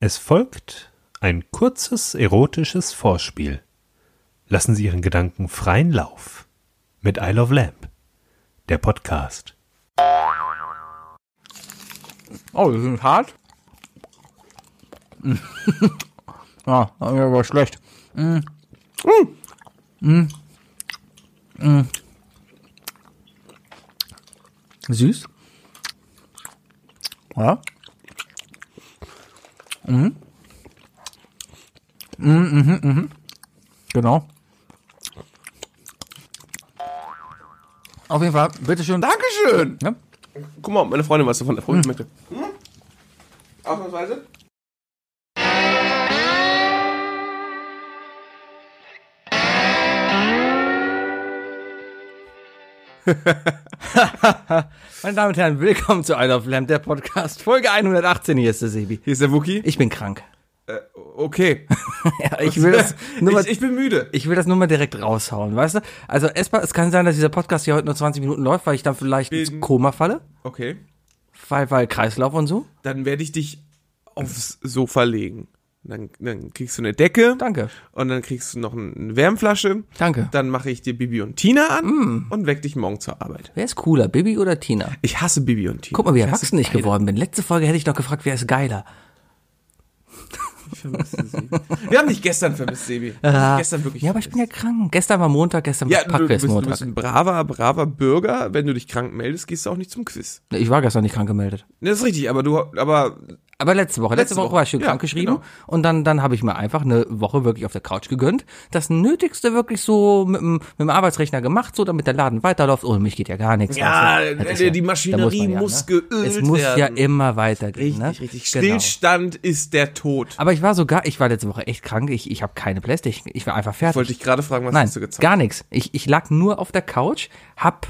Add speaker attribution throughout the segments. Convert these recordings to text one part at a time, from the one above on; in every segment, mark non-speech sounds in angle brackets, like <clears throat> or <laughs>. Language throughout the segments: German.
Speaker 1: Es folgt ein kurzes erotisches Vorspiel. Lassen Sie Ihren Gedanken freien Lauf mit I Love Lamp, der Podcast.
Speaker 2: Oh, die sind hart. <laughs> ja, mir war schlecht. Mm. Mm. Mm. Süß. Ja. Mhm. Mhm, mhm, mhm. Genau. Auf jeden Fall, bitteschön.
Speaker 3: Dankeschön.
Speaker 2: Ja.
Speaker 3: Guck mal, meine Freundin weiß davon. Der Probier schmeckt. Hm? Ausnahmsweise?
Speaker 4: Meine Damen und Herren, willkommen zu Isle of Lamb, der Podcast, Folge 118. Hier ist der Sebi.
Speaker 3: Hier ist der Wookie. Äh,
Speaker 4: Ich bin krank.
Speaker 3: Okay.
Speaker 4: Ja, ich, will
Speaker 3: <laughs>
Speaker 4: das nur mal,
Speaker 3: ich,
Speaker 4: ich,
Speaker 3: ich bin müde.
Speaker 4: will das nur mal direkt raushauen, weißt du? Also, erstmal, es kann sein, dass dieser Podcast hier heute nur 20 Minuten läuft, weil ich dann vielleicht ins
Speaker 3: Bin-
Speaker 4: Koma falle,
Speaker 3: Okay.
Speaker 4: weil, weil Kreislauf und so.
Speaker 3: Dann werde ich dich aufs Sofa legen. Dann, dann kriegst du eine Decke.
Speaker 4: Danke.
Speaker 3: Und dann kriegst du noch ein- eine Wärmflasche.
Speaker 4: Danke. Mm.
Speaker 3: Dann mache ich dir Bibi und Tina an und weck dich morgen zur Arbeit.
Speaker 4: Wer ist cooler, Bibi oder Tina?
Speaker 3: Ich hasse Bibi und Tina.
Speaker 4: Guck mal, wie
Speaker 3: Ich hasse
Speaker 4: erwachsen ich
Speaker 3: beide.
Speaker 4: geworden bin. Letzte Folge hätte ich noch gefragt, wer ist geiler?
Speaker 3: Ich vermisse sie. Wir haben dich gestern vermisst, Sebi. Wir haben dich gestern wirklich
Speaker 4: Äh, Ja, aber ich bin ja krank. Gestern war Montag, gestern war
Speaker 3: ja, du, bist,
Speaker 4: Parkfest
Speaker 3: du bist
Speaker 4: Montag.
Speaker 3: ein braver, braver Bürger. Wenn du dich krank meldest, gehst du auch nicht zum Quiz.
Speaker 4: Ich war gestern nicht krank gemeldet.
Speaker 3: Ne, Das ist richtig, aber du, aber
Speaker 4: Aber letzte Woche, letzte,
Speaker 3: Letzte
Speaker 4: Woche,
Speaker 3: Woche.
Speaker 4: war ich schön
Speaker 3: Ja,
Speaker 4: krank geschrieben
Speaker 3: genau.
Speaker 4: und dann, dann habe ich mir einfach eine Woche wirklich auf der Couch gegönnt. Das Nötigste wirklich so mit, dem- mit dem Arbeitsrechner gemacht, so damit der Laden weiterläuft. Ohne mich geht ja gar nichts.
Speaker 3: Ja,
Speaker 4: weißt du? Das
Speaker 3: äh,
Speaker 4: ist
Speaker 3: die Maschinerie
Speaker 4: da man
Speaker 3: muss
Speaker 4: ne?
Speaker 3: geölt
Speaker 4: Es muss ja
Speaker 3: werden.
Speaker 4: immer weitergehen.
Speaker 3: richtig,
Speaker 4: ne?
Speaker 3: richtig.
Speaker 4: Genau.
Speaker 3: Stillstand ist der Tod.
Speaker 4: Aber ich war sogar, ich war letzte Woche echt krank. Ich, ich habe keine Playstation. Ich war einfach fertig.
Speaker 3: Wollte ich gerade fragen, was
Speaker 4: Nein,
Speaker 3: hast du gezockt?
Speaker 4: gar nichts. Ich, ich lag nur auf der Couch, hab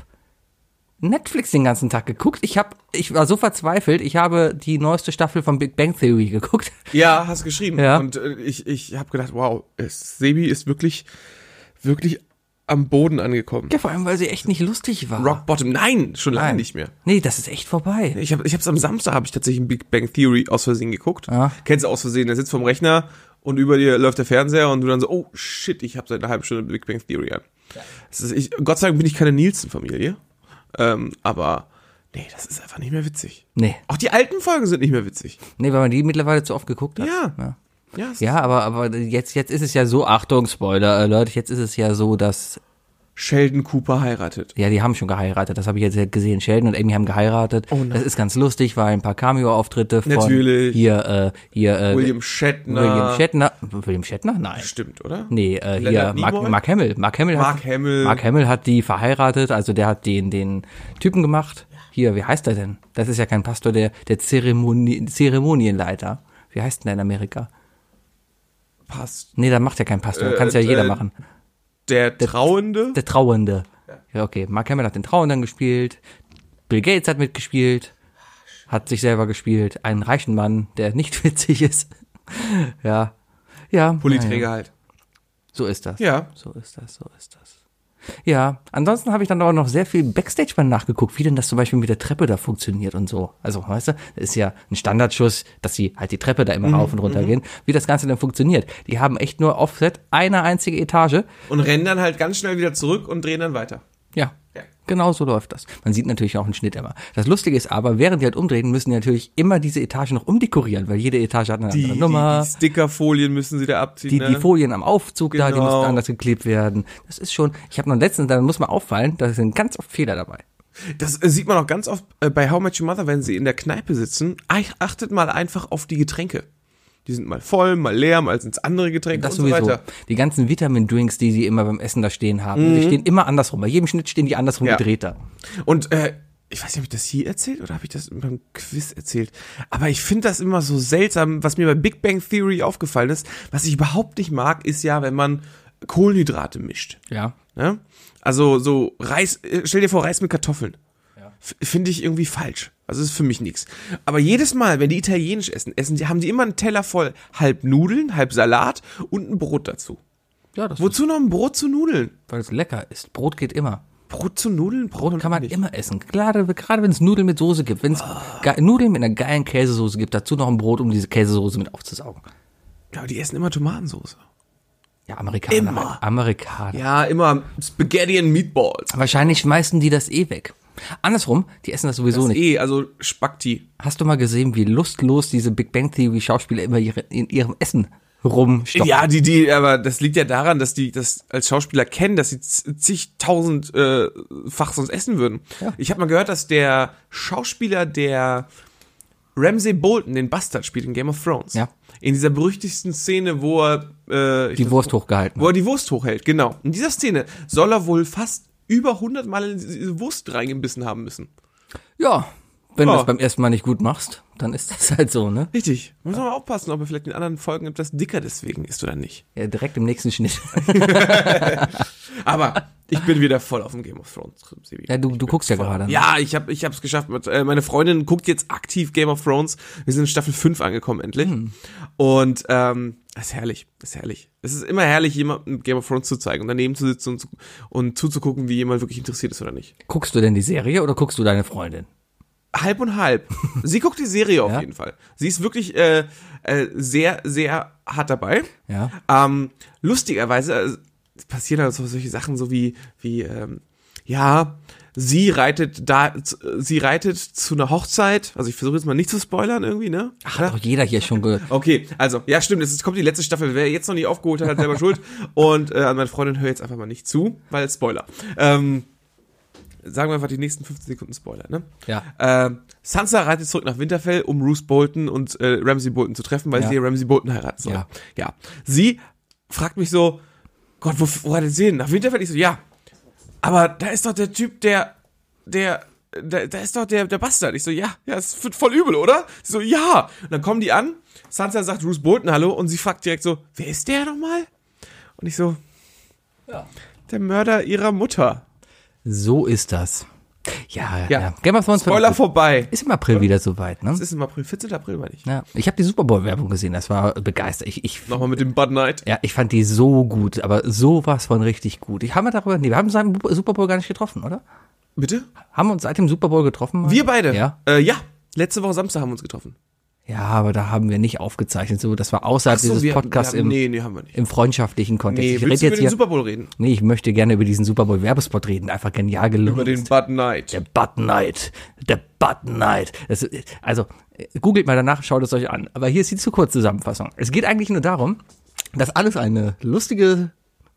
Speaker 4: Netflix den ganzen Tag geguckt. Ich hab, ich war so verzweifelt. Ich habe die neueste Staffel von Big Bang Theory <laughs> geguckt.
Speaker 3: Ja, hast geschrieben.
Speaker 4: Ja.
Speaker 3: Und äh, ich, ich habe gedacht, wow, es, Sebi ist wirklich, wirklich am Boden angekommen.
Speaker 4: Ja, vor allem, weil sie echt nicht lustig war.
Speaker 3: Rock Bottom. Nein, schon lange
Speaker 4: Genau. Nein.
Speaker 3: nicht mehr.
Speaker 4: Nee, das ist echt vorbei.
Speaker 3: Ich habe ich hab's am Samstag habe ich tatsächlich Big Bang Theory aus Versehen geguckt.
Speaker 4: Ja.
Speaker 3: Kennst du aus Versehen, der sitzt vom Rechner und über dir läuft der Fernseher und du dann so, oh shit, ich habe seit einer halben Stunde Big Bang Theory an. Das ist, ich, Gott sei Dank bin ich keine Nielsen-Familie. Ähm, aber nee, das ist einfach nicht mehr witzig.
Speaker 4: Nee.
Speaker 3: Auch die alten Folgen sind nicht mehr witzig.
Speaker 4: Nee, weil man die mittlerweile zu oft geguckt hat.
Speaker 3: Ja.
Speaker 4: Ja,
Speaker 3: Ja, es-
Speaker 4: ja aber, aber jetzt, jetzt ist es ja so, Achtung, Spoiler, äh, Leute, jetzt ist es ja so, dass,
Speaker 3: Sheldon Cooper heiratet.
Speaker 4: ja, die haben schon geheiratet, das habe ich jetzt ja gesehen, Sheldon und Amy haben geheiratet. Oh nein. Das ist ganz lustig, weil ein paar Cameo-Auftritte von
Speaker 3: Natürlich.
Speaker 4: hier, äh, hier, äh,
Speaker 3: William Shatner.
Speaker 4: William Shatner. William Shatner? Nein.
Speaker 3: Stimmt, oder?
Speaker 4: Nee, äh, hier,
Speaker 3: Leonard
Speaker 4: Mark,
Speaker 3: Nimoy?
Speaker 4: Mark Hamill. Mark Hamill,
Speaker 3: Mark
Speaker 4: hat,
Speaker 3: Hamill.
Speaker 4: Mark Hamill hat die verheiratet, also der hat den, den Typen gemacht. Hier, wie heißt er denn? Das ist ja kein Pastor, der, der Zeremoni Zeremonienleiter. Wie heißt denn der in Amerika?
Speaker 3: Passt.
Speaker 4: Nee, da macht ja kein Pastor,
Speaker 3: Äh,
Speaker 4: kann es ja jeder
Speaker 3: äh,
Speaker 4: machen.
Speaker 3: Der Trauende.
Speaker 4: Der Trauende. Ja, okay. Mark Hamill hat den Trauenden gespielt. Bill Gates hat mitgespielt. Hat sich selber gespielt. Einen reichen Mann, der nicht <laughs> witzig ist. ja. Ah, Ja. naja.
Speaker 3: Polyträger halt.
Speaker 4: So ist das.
Speaker 3: Ja.
Speaker 4: So ist das, so ist das. Ja, ansonsten habe ich dann auch noch sehr viel Backstage mal nachgeguckt, wie denn das zum Beispiel mit der Treppe da funktioniert und so. Also, weißt du, das ist ja ein Standardschuss, dass sie halt die Treppe da
Speaker 3: Mhm,
Speaker 4: immer rauf und runter gehen, wie das Ganze denn funktioniert. Die haben echt nur Offset, eine einzige Etage.
Speaker 3: Und rennen dann halt ganz schnell wieder zurück und drehen dann weiter.
Speaker 4: Ja.
Speaker 3: Ja.
Speaker 4: Genau so läuft das. Man sieht natürlich auch einen Schnitt immer. Das Lustige ist aber, während die halt umdrehen, müssen die natürlich immer diese Etage noch umdekorieren, weil jede Etage hat eine
Speaker 3: Die,
Speaker 4: andere
Speaker 3: die,
Speaker 4: Nummer.
Speaker 3: die Stickerfolien müssen sie da abziehen.
Speaker 4: die,
Speaker 3: ne?
Speaker 4: die Folien am Aufzug da, die
Speaker 3: Genau.
Speaker 4: müssen anders geklebt werden. Das ist schon, ich habe noch letztens, da muss man auffallen, da sind ganz oft Fehler dabei.
Speaker 3: Das äh, sieht man auch ganz oft äh, bei How Much Your Mother, wenn sie in der Kneipe sitzen. Ach- Achtet mal einfach auf die Getränke. Die sind mal voll, mal leer, mal sind's andere Getränke
Speaker 4: Das
Speaker 3: und
Speaker 4: sowieso.
Speaker 3: so weiter. Mhm.
Speaker 4: Die ganzen Vitamin-Drinks, die sie immer beim Essen da stehen haben, die stehen immer andersrum. Bei jedem Schnitt stehen die andersrum
Speaker 3: Ja.
Speaker 4: gedreht da.
Speaker 3: Und äh, ich weiß nicht, ob ich das hier erzählt oder habe ich das beim Quiz erzählt. Aber ich finde das immer so seltsam, was mir bei Big Bang Theory aufgefallen ist. Was ich überhaupt nicht mag, ist ja, wenn man Kohlenhydrate mischt.
Speaker 4: Ja.
Speaker 3: Ne? Also so Reis, äh, stell dir vor, Reis mit Kartoffeln. F- Finde ich irgendwie falsch. Also ist für mich nichts. Aber jedes Mal, wenn die italienisch essen, essen die, haben die immer einen Teller voll halb Nudeln, halb Salat und ein Brot dazu.
Speaker 4: Ja, das
Speaker 3: Wozu noch ein Brot zu Nudeln?
Speaker 4: weil es lecker ist. Brot geht immer.
Speaker 3: Brot zu Nudeln, Brot,
Speaker 4: Brot kann man immer essen. Gerade, gerade wenn es Nudeln mit Soße gibt, wenn es
Speaker 3: Ah.
Speaker 4: ge- Nudeln mit einer geilen Käsesoße gibt, dazu noch ein Brot, um diese Käsesoße mit aufzusaugen.
Speaker 3: Ja, aber die essen immer Tomatensoße.
Speaker 4: Ja, Amerikaner.
Speaker 3: Immer.
Speaker 4: Amerikaner.
Speaker 3: Ja, immer Spaghetti and Meatballs.
Speaker 4: Wahrscheinlich schmeißen die das eh weg. Andersrum, die essen das sowieso
Speaker 3: Das
Speaker 4: nicht.
Speaker 3: eh, also Spaghetti.
Speaker 4: Hast du mal gesehen, wie lustlos diese Big Bang Theory Schauspieler immer ihre, in ihrem Essen rumstoppen?
Speaker 3: Ja, die, die, aber das liegt ja daran, dass die das als Schauspieler kennen, dass sie z- zigtausendfach äh, fach sonst essen würden. Ich habe mal gehört, dass der Schauspieler, der Ramsay Bolton, den Bastard spielt in Game of Thrones,
Speaker 4: Ja.
Speaker 3: in dieser berüchtigsten Szene, wo er äh, ich
Speaker 4: Die Wurst hochgehalten.
Speaker 3: wo er die Wurst hochhält, genau. In dieser Szene soll er wohl fast über 100 Mal in diese Wurst reingebissen haben müssen.
Speaker 4: Ja, wenn du
Speaker 3: Ja.
Speaker 4: das beim ersten Mal nicht gut machst, dann ist das halt so, ne?
Speaker 3: Richtig. Muss man mal aufpassen, ob er vielleicht in anderen Folgen etwas dicker deswegen ist oder nicht.
Speaker 4: Ja, direkt im nächsten Schnitt.
Speaker 3: Aber ich bin wieder voll auf dem Game of Thrones. Sebi.
Speaker 4: Ja, du, du guckst
Speaker 3: <laughs>
Speaker 4: ja gerade. ne?
Speaker 3: Ja, ich habe ich hab's geschafft. Mit, äh, meine Freundin guckt jetzt aktiv Game of Thrones. Wir sind in Staffel 5 angekommen endlich. Und ähm, das ist herrlich, das ist herrlich. Es ist immer herrlich, jemandem Game of Thrones zu zeigen und daneben zu sitzen und, zu, und zuzugucken, wie jemand wirklich interessiert ist oder nicht.
Speaker 4: Guckst du denn die Serie oder guckst du deine Freundin?
Speaker 3: halb und halb. Sie guckt die Serie auf
Speaker 4: Ja.
Speaker 3: jeden Fall. Sie ist wirklich äh, äh, sehr, sehr hart dabei.
Speaker 4: Ja.
Speaker 3: Ähm, lustigerweise äh, passieren dann so solche Sachen so wie, wie ähm, ja, sie reitet da, z- äh, sie reitet zu einer Hochzeit. Also ich versuche jetzt mal nicht zu spoilern irgendwie, ne?
Speaker 4: Ach, hat doch jeder hier schon gehört.
Speaker 3: Okay, also, ja, stimmt, es ist- kommt die letzte Staffel. Wer jetzt noch nicht aufgeholt hat, hat selber schuld. Und äh, an meine Freundin hör jetzt einfach mal nicht zu, weil Spoiler. Ähm, sagen wir einfach die nächsten 15 Sekunden Spoiler, ne?
Speaker 4: Ja.
Speaker 3: Ähm, Sansa reitet zurück nach Winterfell, um Roose Bolton und äh, Ramsey Bolton zu treffen, weil
Speaker 4: Ja.
Speaker 3: sie ja Ramsey Bolton heiraten soll.
Speaker 4: Ja.
Speaker 3: ja. Sie fragt mich so, Gott, wo, wo hat er sie hin? Nach Winterfell? Ich so, ja. Aber da ist doch der Typ, der, der, da, da ist doch der, der Bastard. Ich so, ja, ja, es wird voll übel, oder? Sie so, ja. Und dann kommen die an, Sansa sagt Roose Bolton Hallo und sie fragt direkt so, wer ist der nochmal? Und ich so, der Mörder ihrer Mutter.
Speaker 4: So ist das. Ja, ja.
Speaker 3: Ja.
Speaker 4: ja. Game of Thrones <laughs>
Speaker 3: Spoiler vorbei.
Speaker 4: ist im April wieder soweit, ne?
Speaker 3: Es ist im April, 14. April, meine ich.
Speaker 4: Ja. Ich habe die Super Bowl Werbung gesehen, das war begeistert. Ich, ich,
Speaker 3: Nochmal mit dem Bud Knight.
Speaker 4: ja, ich fand die so gut, aber sowas von richtig gut. Ich haben wir darüber, nee, wir haben seit dem Super Bowl gar nicht getroffen, oder?
Speaker 3: Bitte?
Speaker 4: Haben wir uns seit dem Super Bowl getroffen? mal?
Speaker 3: Wir beide.
Speaker 4: Ja.
Speaker 3: Äh, ja. Letzte Woche Samstag haben wir uns getroffen.
Speaker 4: Ja, aber da haben wir nicht aufgezeichnet, so das war außerhalb
Speaker 3: So,
Speaker 4: dieses
Speaker 3: wir,
Speaker 4: Podcasts
Speaker 3: wir haben,
Speaker 4: im,
Speaker 3: Nee, nee, haben wir nicht.
Speaker 4: im freundschaftlichen Kontext.
Speaker 3: Nee,
Speaker 4: ich
Speaker 3: willst
Speaker 4: rede
Speaker 3: du
Speaker 4: jetzt
Speaker 3: über den
Speaker 4: hier
Speaker 3: Super Bowl reden?
Speaker 4: Nee, ich möchte gerne über diesen Super Bowl Werbespot reden, einfach genial gelungen.
Speaker 3: Über den
Speaker 4: ist.
Speaker 3: Bud Knight.
Speaker 4: Der Bud Knight. Der Bud Knight. Das, ist- also, äh, googelt mal danach, schaut es euch an. Aber hier ist die zu kurze Zusammenfassung. Es geht eigentlich nur darum, dass alles eine lustige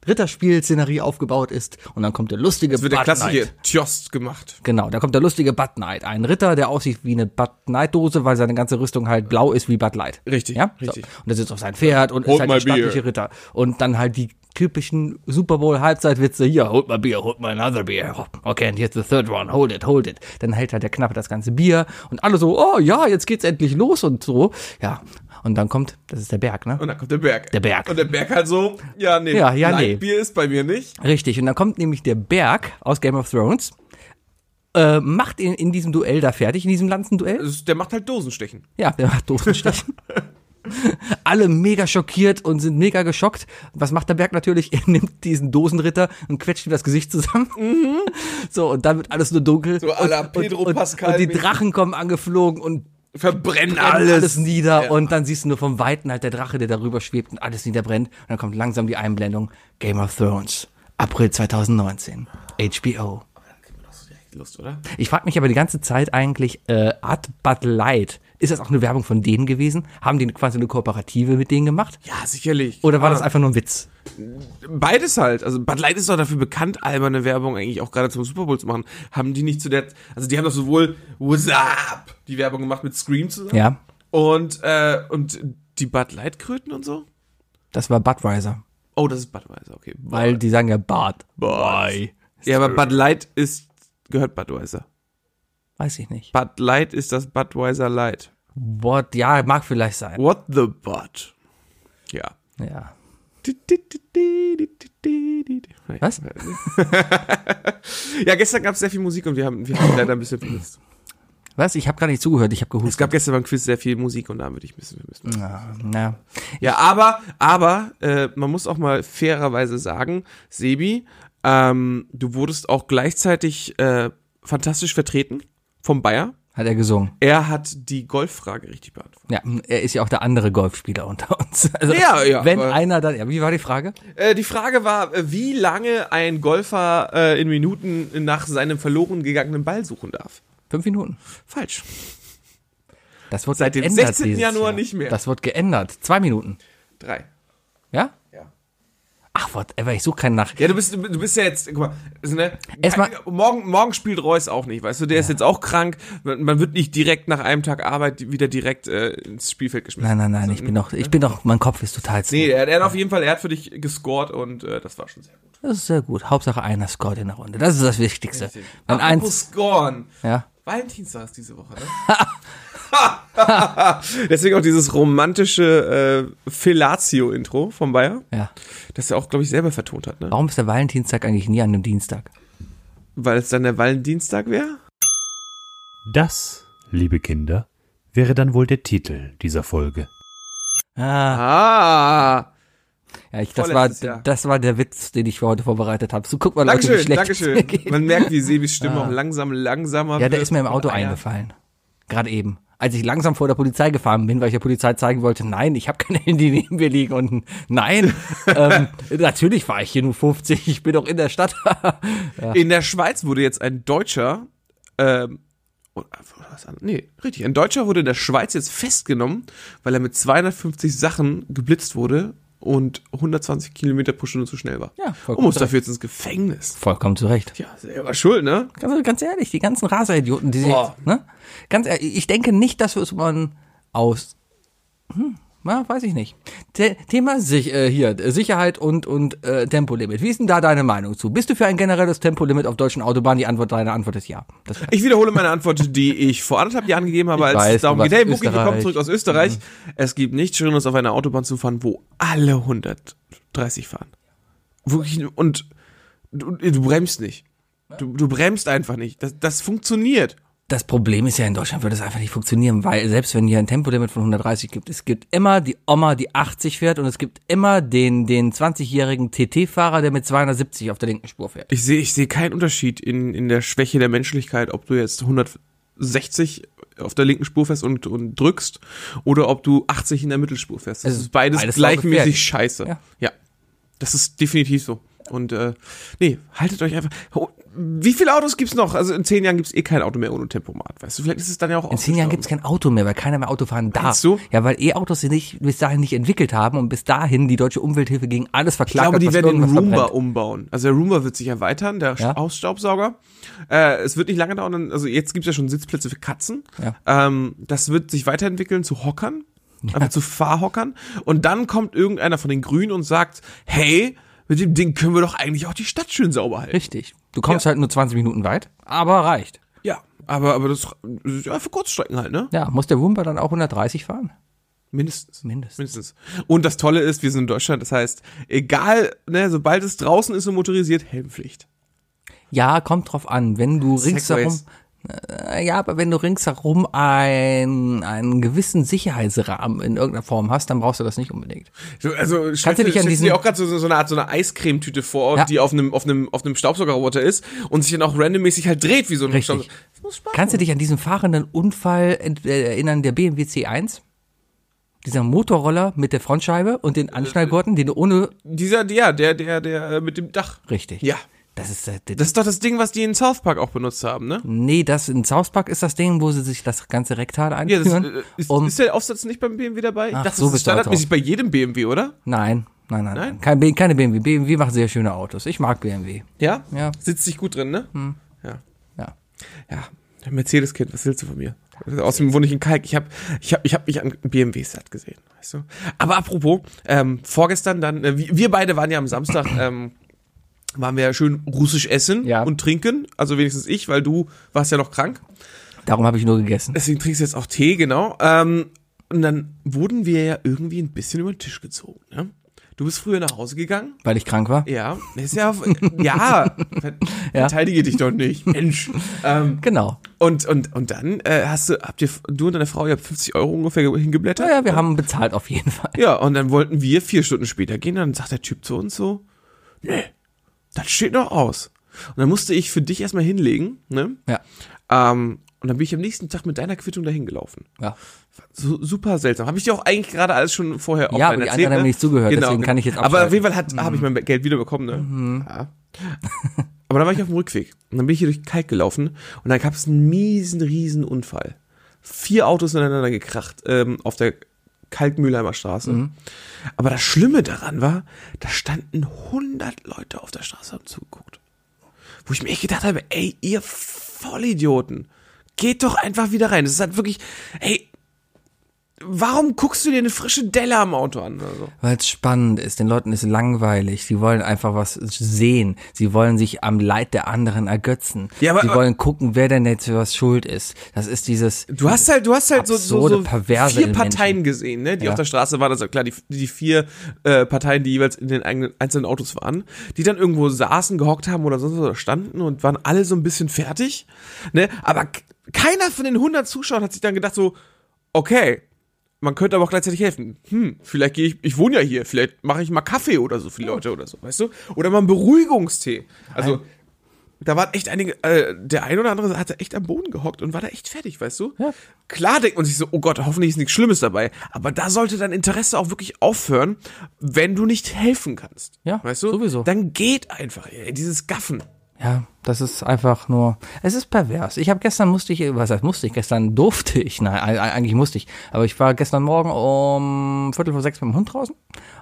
Speaker 4: Ritterspiel-Szenerie aufgebaut ist und dann kommt der lustige
Speaker 3: Es wird der
Speaker 4: Bud Knight.
Speaker 3: klassische Tjost gemacht.
Speaker 4: Genau, da kommt der lustige Bud Knight. Ein Ritter, der aussieht wie eine Bud Knight-Dose, weil seine ganze Rüstung halt blau ist wie Bud Light.
Speaker 3: Richtig,
Speaker 4: Ja?
Speaker 3: richtig.
Speaker 4: So. Und er sitzt auf seinem Pferd und ist
Speaker 3: Hold
Speaker 4: halt
Speaker 3: my
Speaker 4: der stattliche
Speaker 3: beer.
Speaker 4: Ritter. Und dann halt die typischen Super Bowl-Halbzeitwitze. Hier, hold my beer, hold my another beer. Okay, and here's the third one, hold it, hold it. Dann hält halt der Knappe das ganze Bier und alle so, oh ja, jetzt geht's endlich los und so. Ja, und dann kommt, das ist der Berg, ne?
Speaker 3: Und dann kommt der Berg.
Speaker 4: Der Berg.
Speaker 3: Und der Berg halt so, ja, nee.
Speaker 4: Ja, ja, nee.
Speaker 3: Bier ist bei mir nicht.
Speaker 4: Richtig, und dann kommt nämlich der Berg aus Game of Thrones, äh, macht ihn in diesem Duell da fertig, in diesem Lanzenduell.
Speaker 3: Es- Der macht halt Dosenstechen.
Speaker 4: Ja, der macht
Speaker 3: <laughs>
Speaker 4: Dosenstechen. Alle mega schockiert und sind mega geschockt. Was macht der Berg natürlich? Er nimmt diesen Dosenritter und quetscht ihm das Gesicht zusammen. So, und dann wird alles nur dunkel.
Speaker 3: Mhm. So à la
Speaker 4: Und-
Speaker 3: Pedro
Speaker 4: und, und,
Speaker 3: Pascal
Speaker 4: Und die
Speaker 3: mäßig.
Speaker 4: Drachen kommen angeflogen und
Speaker 3: Verbrennen
Speaker 4: alles,
Speaker 3: alles.
Speaker 4: alles nieder.
Speaker 3: Ja.
Speaker 4: Und dann siehst du nur vom Weiten halt der Drache, der darüber schwebt und alles niederbrennt. Und dann kommt langsam die Einblendung. Game of Thrones. April 2019. HBO.
Speaker 3: Lust, oder?
Speaker 4: Ich frage mich aber die ganze Zeit eigentlich, äh, Art But Light, ist das auch eine Werbung von denen gewesen? Haben die quasi eine Kooperative mit denen gemacht?
Speaker 3: Ja, sicherlich. Ah,
Speaker 4: Oder war das einfach nur ein Witz?
Speaker 3: Beides halt. Also Bud Light ist doch dafür bekannt, alberne Werbung eigentlich auch gerade zum Super Bowl zu machen. Haben die nicht zu der... Also die haben doch sowohl What's Up die Werbung gemacht mit Scream zusammen.
Speaker 4: Ja,
Speaker 3: Und, äh, und die Bud Light Kröten und so?
Speaker 4: das war Budweiser.
Speaker 3: Oh, das ist Budweiser, okay.
Speaker 4: Weil die sagen ja Bud.
Speaker 3: Bye. Ja, aber Bud Light ist, gehört Budweiser.
Speaker 4: Weiß ich nicht.
Speaker 3: Bud Light ist das Budweiser Light.
Speaker 4: What? Ja, mag vielleicht sein.
Speaker 3: What the Bud? Ja.
Speaker 4: Ja. Was?
Speaker 3: Was? <laughs> Ja, gestern gab es sehr viel Musik und wir haben, wir haben leider ein bisschen vermisst.
Speaker 4: Was? Ich habe gar nicht zugehört, ich habe
Speaker 3: Es
Speaker 4: gehustet.
Speaker 3: gab gestern beim Quiz sehr viel Musik und da haben wir dich ein bisschen vermisst.
Speaker 4: Na, na.
Speaker 3: Ja, aber, aber äh, man muss auch mal fairerweise sagen, Sebi, Ähm, du wurdest auch gleichzeitig äh, fantastisch vertreten vom Bayer.
Speaker 4: Hat er gesungen.
Speaker 3: Er hat die Golffrage richtig beantwortet.
Speaker 4: Ja, er ist ja auch der andere Golfspieler unter uns. <laughs> Also,
Speaker 3: Ja, ja,
Speaker 4: Wenn
Speaker 3: aber-
Speaker 4: einer dann, ja, wie war die Frage?
Speaker 3: Äh, die Frage war, äh, wie lange ein Golfer äh, in Minuten nach seinem verloren gegangenen Ball suchen darf.
Speaker 4: Fünf Minuten.
Speaker 3: Falsch.
Speaker 4: Das wird
Speaker 3: Seit dem
Speaker 4: geändert
Speaker 3: 16.
Speaker 4: dieses
Speaker 3: Januar
Speaker 4: Jahr.
Speaker 3: nicht mehr.
Speaker 4: Das wird geändert. Zwei Minuten.
Speaker 3: Drei.
Speaker 4: Ja?
Speaker 3: Ja.
Speaker 4: Ach, whatever, ich suche keinen nach.
Speaker 3: Ja, du bist, du bist ja jetzt, guck mal, also, ne,
Speaker 4: Erstmal-
Speaker 3: morgen, morgen spielt Reus auch nicht, weißt du, der ist jetzt auch krank, man, man wird nicht direkt nach einem Tag Arbeit wieder direkt äh, ins Spielfeld geschmissen.
Speaker 4: Nein, nein, nein, ich bin noch, ich bin noch, mein Kopf ist total zu.
Speaker 3: ne? Nee, er, er hat auf jeden Fall, er hat für dich gescored und äh, das war schon sehr gut.
Speaker 4: Das ist sehr gut. Hauptsache einer scoret in der Runde. Das ist das Wichtigste. Wenn
Speaker 3: Apropos
Speaker 4: eins,
Speaker 3: scoren.
Speaker 4: ja.
Speaker 3: Valentinstag ist diese Woche, ne? <laughs> Deswegen auch dieses romantische äh, Felatio-Intro vom Bayer,
Speaker 4: Ja.
Speaker 3: das er auch, glaube ich, selber vertont hat, ne?
Speaker 4: Warum ist der Valentinstag eigentlich nie an einem Dienstag?
Speaker 3: Weil es dann der Valentinstag wäre?
Speaker 1: Das, liebe Kinder, wäre dann wohl der Titel dieser Folge.
Speaker 4: Ah,
Speaker 3: Ah!
Speaker 4: ja, ich, das war,
Speaker 3: vorletztes Jahr.
Speaker 4: das war der Witz, den ich für heute vorbereitet habe. So, guck mal, Leute, wie
Speaker 3: Dankeschön,
Speaker 4: schlecht es mir
Speaker 3: Dankeschön.
Speaker 4: geht.
Speaker 3: Man merkt, wie Sebis Stimme auch langsam, langsamer
Speaker 4: Ja, der
Speaker 3: wird
Speaker 4: ist mir im
Speaker 3: und
Speaker 4: Auto
Speaker 3: Eier.
Speaker 4: eingefallen. Gerade eben. Als ich langsam vor der Polizei gefahren bin, weil ich der Polizei zeigen wollte, nein, ich habe kein <laughs> Handy neben mir liegen und ein-
Speaker 3: <laughs>
Speaker 4: nein, ähm, natürlich war ich hier nur 50, ich bin doch in der Stadt. <laughs>
Speaker 3: In der Schweiz wurde jetzt ein Deutscher, ähm, oder oder was anderes? nee, richtig, ein Deutscher wurde in der Schweiz jetzt festgenommen, weil er mit 250 Sachen geblitzt wurde und 120 Kilometer pro Stunde zu schnell war.
Speaker 4: Ja, vollkommen
Speaker 3: und muss
Speaker 4: recht.
Speaker 3: dafür jetzt ins Gefängnis.
Speaker 4: Vollkommen zu Recht.
Speaker 3: Ja, selber schuld, ne?
Speaker 4: Ganz, Also ganz ehrlich, die ganzen Raseridioten, die sich,
Speaker 3: Boah.
Speaker 4: ne? Ganz ehrlich, ich denke nicht, dass wir es man aus, hm, na, weiß ich nicht. The Thema sich, äh, hier, äh, Sicherheit und, und, äh, Tempolimit. Wie ist denn da deine Meinung zu? Bist du für ein generelles Tempolimit auf deutschen Autobahnen? Die Antwort, deine Antwort ist ja. Das
Speaker 3: Ich wiederhole meine Antwort, die ich vor anderthalb Jahren gegeben habe, als
Speaker 4: weiß,
Speaker 3: es darum
Speaker 4: du
Speaker 3: geht, hey
Speaker 4: warst
Speaker 3: Mucki, wir
Speaker 4: Österreich.
Speaker 3: kommen zurück aus Österreich. Es gibt nichts Schöneres, auf einer Autobahn zu fahren, wo alle 130 fahren. Wirklich, und du, du bremst nicht. Du, du bremst einfach nicht. Das, das funktioniert.
Speaker 4: Das Problem ist ja, in Deutschland würde es einfach nicht funktionieren, weil selbst wenn hier ein Tempolimit von 130 gibt, es gibt immer die Oma, die 80 fährt und es gibt immer den, den 20-jährigen TT-Fahrer, der mit 270 auf der linken Spur fährt.
Speaker 3: Ich sehe ich sehe keinen Unterschied in, in der Schwäche der Menschlichkeit, ob du jetzt 160 auf der linken Spur fährst und, und drückst oder ob du 80 in der Mittelspur fährst. Das
Speaker 4: Es
Speaker 3: ist beides,
Speaker 4: Also beides
Speaker 3: gleichmäßig
Speaker 4: saugefährlich.
Speaker 3: scheiße. Ja.
Speaker 4: Ja.
Speaker 3: das ist definitiv so. Und äh, nee, haltet euch einfach. Oh, Wie viele Autos gibt's noch? Also in zehn Jahren gibt's eh kein Auto mehr ohne Tempomat. Weißt du, vielleicht ist es dann ja auch
Speaker 4: In zehn Jahren gibt es kein Auto mehr, weil keiner mehr Auto fahren darf.
Speaker 3: Meinst du?
Speaker 4: Ja, weil E-Autos sie nicht, bis dahin nicht entwickelt haben und bis dahin die deutsche Umwelthilfe gegen alles
Speaker 3: Ich
Speaker 4: verklagt
Speaker 3: glaube,
Speaker 4: hat,
Speaker 3: die
Speaker 4: was
Speaker 3: werden den
Speaker 4: irgendwas
Speaker 3: Roomba
Speaker 4: verbrennt.
Speaker 3: umbauen. Also der Roomba wird sich erweitern, der
Speaker 4: Ja.
Speaker 3: Hausstaubsauger. Äh, es wird nicht lange dauern, dann- also jetzt gibt's ja schon Sitzplätze für Katzen.
Speaker 4: Ja.
Speaker 3: Ähm, das wird sich weiterentwickeln zu Hockern, einfach zu Fahrhockern. Und dann kommt irgendeiner von den Grünen und sagt, hey, mit dem Ding können wir doch eigentlich auch die Stadt schön sauber halten.
Speaker 4: Richtig. Du kommst halt nur 20 Minuten weit, aber reicht.
Speaker 3: Ja, aber, aber das, das ist ja für Kurzstrecken halt, ne?
Speaker 4: Ja, muss der Roomba dann auch 130 fahren?
Speaker 3: Mindestens.
Speaker 4: Mindestens.
Speaker 3: Mindestens. Und das Tolle ist, wir sind in Deutschland, das heißt, egal, ne, sobald es draußen ist und motorisiert, Helmpflicht.
Speaker 4: Ja, kommt drauf an. Wenn du ringsherum.
Speaker 3: Segways.
Speaker 4: Äh, Ja, aber wenn du ringsherum ein, einen gewissen Sicherheitsrahmen in irgendeiner Form hast, dann brauchst du das nicht unbedingt.
Speaker 3: So, Also kannst
Speaker 4: du dich an diesen-
Speaker 3: auch gerade so, so eine Art so eine Eiscremetüte vor,
Speaker 4: Ja.
Speaker 3: die auf einem auf einem auf einem Staubsaugerroboter ist und sich dann auch randommäßig halt dreht wie so ein
Speaker 4: Richtig.
Speaker 3: Staubsauger. Das muss Spaß
Speaker 4: Kannst du dich an diesen fahrenden Unfall ent- äh, erinnern, der BMW C1? Dieser Motorroller mit der Frontscheibe und den Anschnallgurten, den du ohne.
Speaker 3: machen. dieser ja, der der der äh, mit dem Dach.
Speaker 4: Richtig.
Speaker 3: Ja.
Speaker 4: Das ist. Äh,
Speaker 3: Das ist doch das Ding, was die in South Park auch benutzt haben, ne?
Speaker 4: nee, das in South Park ist das Ding, wo sie sich das ganze Rektal
Speaker 3: Ja, das
Speaker 4: einführen.
Speaker 3: äh, ist,
Speaker 4: um,
Speaker 3: ist der Aufsatz nicht beim BMW dabei?
Speaker 4: Ach,
Speaker 3: das
Speaker 4: so
Speaker 3: ist
Speaker 4: bist du halt
Speaker 3: standardmäßig bei jedem BMW, oder?
Speaker 4: nein, nein, nein,
Speaker 3: Nein?
Speaker 4: nein. Kein, B- keine BMW. BMW macht sehr schöne Autos. Ich mag BMW.
Speaker 3: Ja?
Speaker 4: Ja. Mhm.
Speaker 3: Sitzt sich gut drin, ne? Ja.
Speaker 4: Ja.
Speaker 3: Ja. Ein Mercedes-Kind, was willst du von mir? Außerdem wohne ich in Kalk. Ich habe ich hab, ich hab mich an BMWs satt gesehen. Weißt du? Aber apropos, ähm, vorgestern dann, äh, wir- wir beide waren ja am Samstag, ähm, waren wir ja schön russisch essen
Speaker 4: Ja.
Speaker 3: und trinken. Also wenigstens ich, weil du warst ja noch krank.
Speaker 4: Darum habe ich nur gegessen.
Speaker 3: Deswegen trinkst du jetzt auch Tee, genau. Ähm, und dann wurden wir ja irgendwie ein bisschen über den Tisch gezogen. Ne? Du bist früher nach Hause gegangen.
Speaker 4: Weil ich krank war?
Speaker 3: Ja, ist ja, auf, ja, ver- verteidige dich doch nicht, Mensch. Ähm,
Speaker 4: Genau.
Speaker 3: und, und, und dann äh, hast du, habt ihr, du und deine Frau, ihr habt 50 Euro ungefähr ge- hingeblättert.
Speaker 4: Naja, wir haben bezahlt auf jeden Fall.
Speaker 3: Ja, und dann wollten wir vier Stunden später gehen, dann sagt der Typ zu uns so, nee, das steht noch aus. Und dann musste ich für dich erstmal hinlegen, ne?
Speaker 4: Ja.
Speaker 3: Ähm, und dann bin ich am nächsten Tag mit deiner Quittung dahin gelaufen.
Speaker 4: Ja,
Speaker 3: So, super seltsam. Habe ich dir auch eigentlich gerade alles schon vorher
Speaker 4: ja
Speaker 3: offline
Speaker 4: aber die
Speaker 3: erzählt,
Speaker 4: anderen haben
Speaker 3: ne?
Speaker 4: nicht zugehört,
Speaker 3: Genau.
Speaker 4: deswegen kann ich jetzt
Speaker 3: Aber auf
Speaker 4: abschalten. Mhm.
Speaker 3: jeden Fall hat, habe ich mein Geld wiederbekommen, ne? Ja. Aber dann war ich auf dem Rückweg. Und dann bin ich hier durch Kalk gelaufen und dann gab es einen miesen, riesen Unfall. Vier Autos ineinander gekracht ähm, auf der Kalkmühlheimer Straße.
Speaker 4: Mhm.
Speaker 3: Aber das Schlimme daran war, da standen 100 Leute auf der Straße und haben zugeguckt. Wo ich mir echt gedacht habe, ey, ihr Vollidioten, geht doch einfach wieder rein. Das ist halt wirklich, ey, warum guckst du dir eine frische Delle am Auto an oder so?
Speaker 4: Weil es spannend ist, den Leuten ist langweilig, sie wollen einfach was sehen, sie wollen sich am Leid der anderen ergötzen,
Speaker 3: Ja, aber- äh,
Speaker 4: sie wollen gucken, wer denn jetzt für was schuld ist. Das ist dieses,
Speaker 3: Du hast halt, du hast halt so, so,
Speaker 4: Absurde,
Speaker 3: so
Speaker 4: perverse
Speaker 3: vier
Speaker 4: Elemente.
Speaker 3: Parteien gesehen, ne, die
Speaker 4: Ja.
Speaker 3: auf der Straße waren. Also klar, die, die vier äh, Parteien, die jeweils in den eigenen, einzelnen Autos waren, die dann irgendwo saßen, gehockt haben oder sonst was oder standen und waren alle so ein bisschen fertig. Ne? Aber k- keiner von den 100 Zuschauern hat sich dann gedacht so, okay, man könnte aber auch gleichzeitig helfen. Hm, vielleicht gehe ich, ich wohne ja hier, vielleicht mache ich mal Kaffee oder so für die Leute oder so, weißt du? Oder mal einen Beruhigungstee. Also da waren echt einige, äh, der ein oder andere hatte echt am Boden gehockt und war da echt fertig, weißt du? Ja. Klar denkt man sich so, oh Gott, hoffentlich ist nichts Schlimmes dabei. Aber da sollte dein Interesse auch wirklich aufhören, wenn du nicht helfen kannst.
Speaker 4: Ja,
Speaker 3: weißt du?
Speaker 4: sowieso.
Speaker 3: Dann geht einfach, ey, dieses Gaffen.
Speaker 4: ja, das ist einfach nur, es ist pervers. Ich habe gestern musste ich, was heißt musste ich, gestern durfte ich, nein, ei- ei- eigentlich musste ich, aber ich war gestern Morgen um Viertel vor sechs mit dem Hund draußen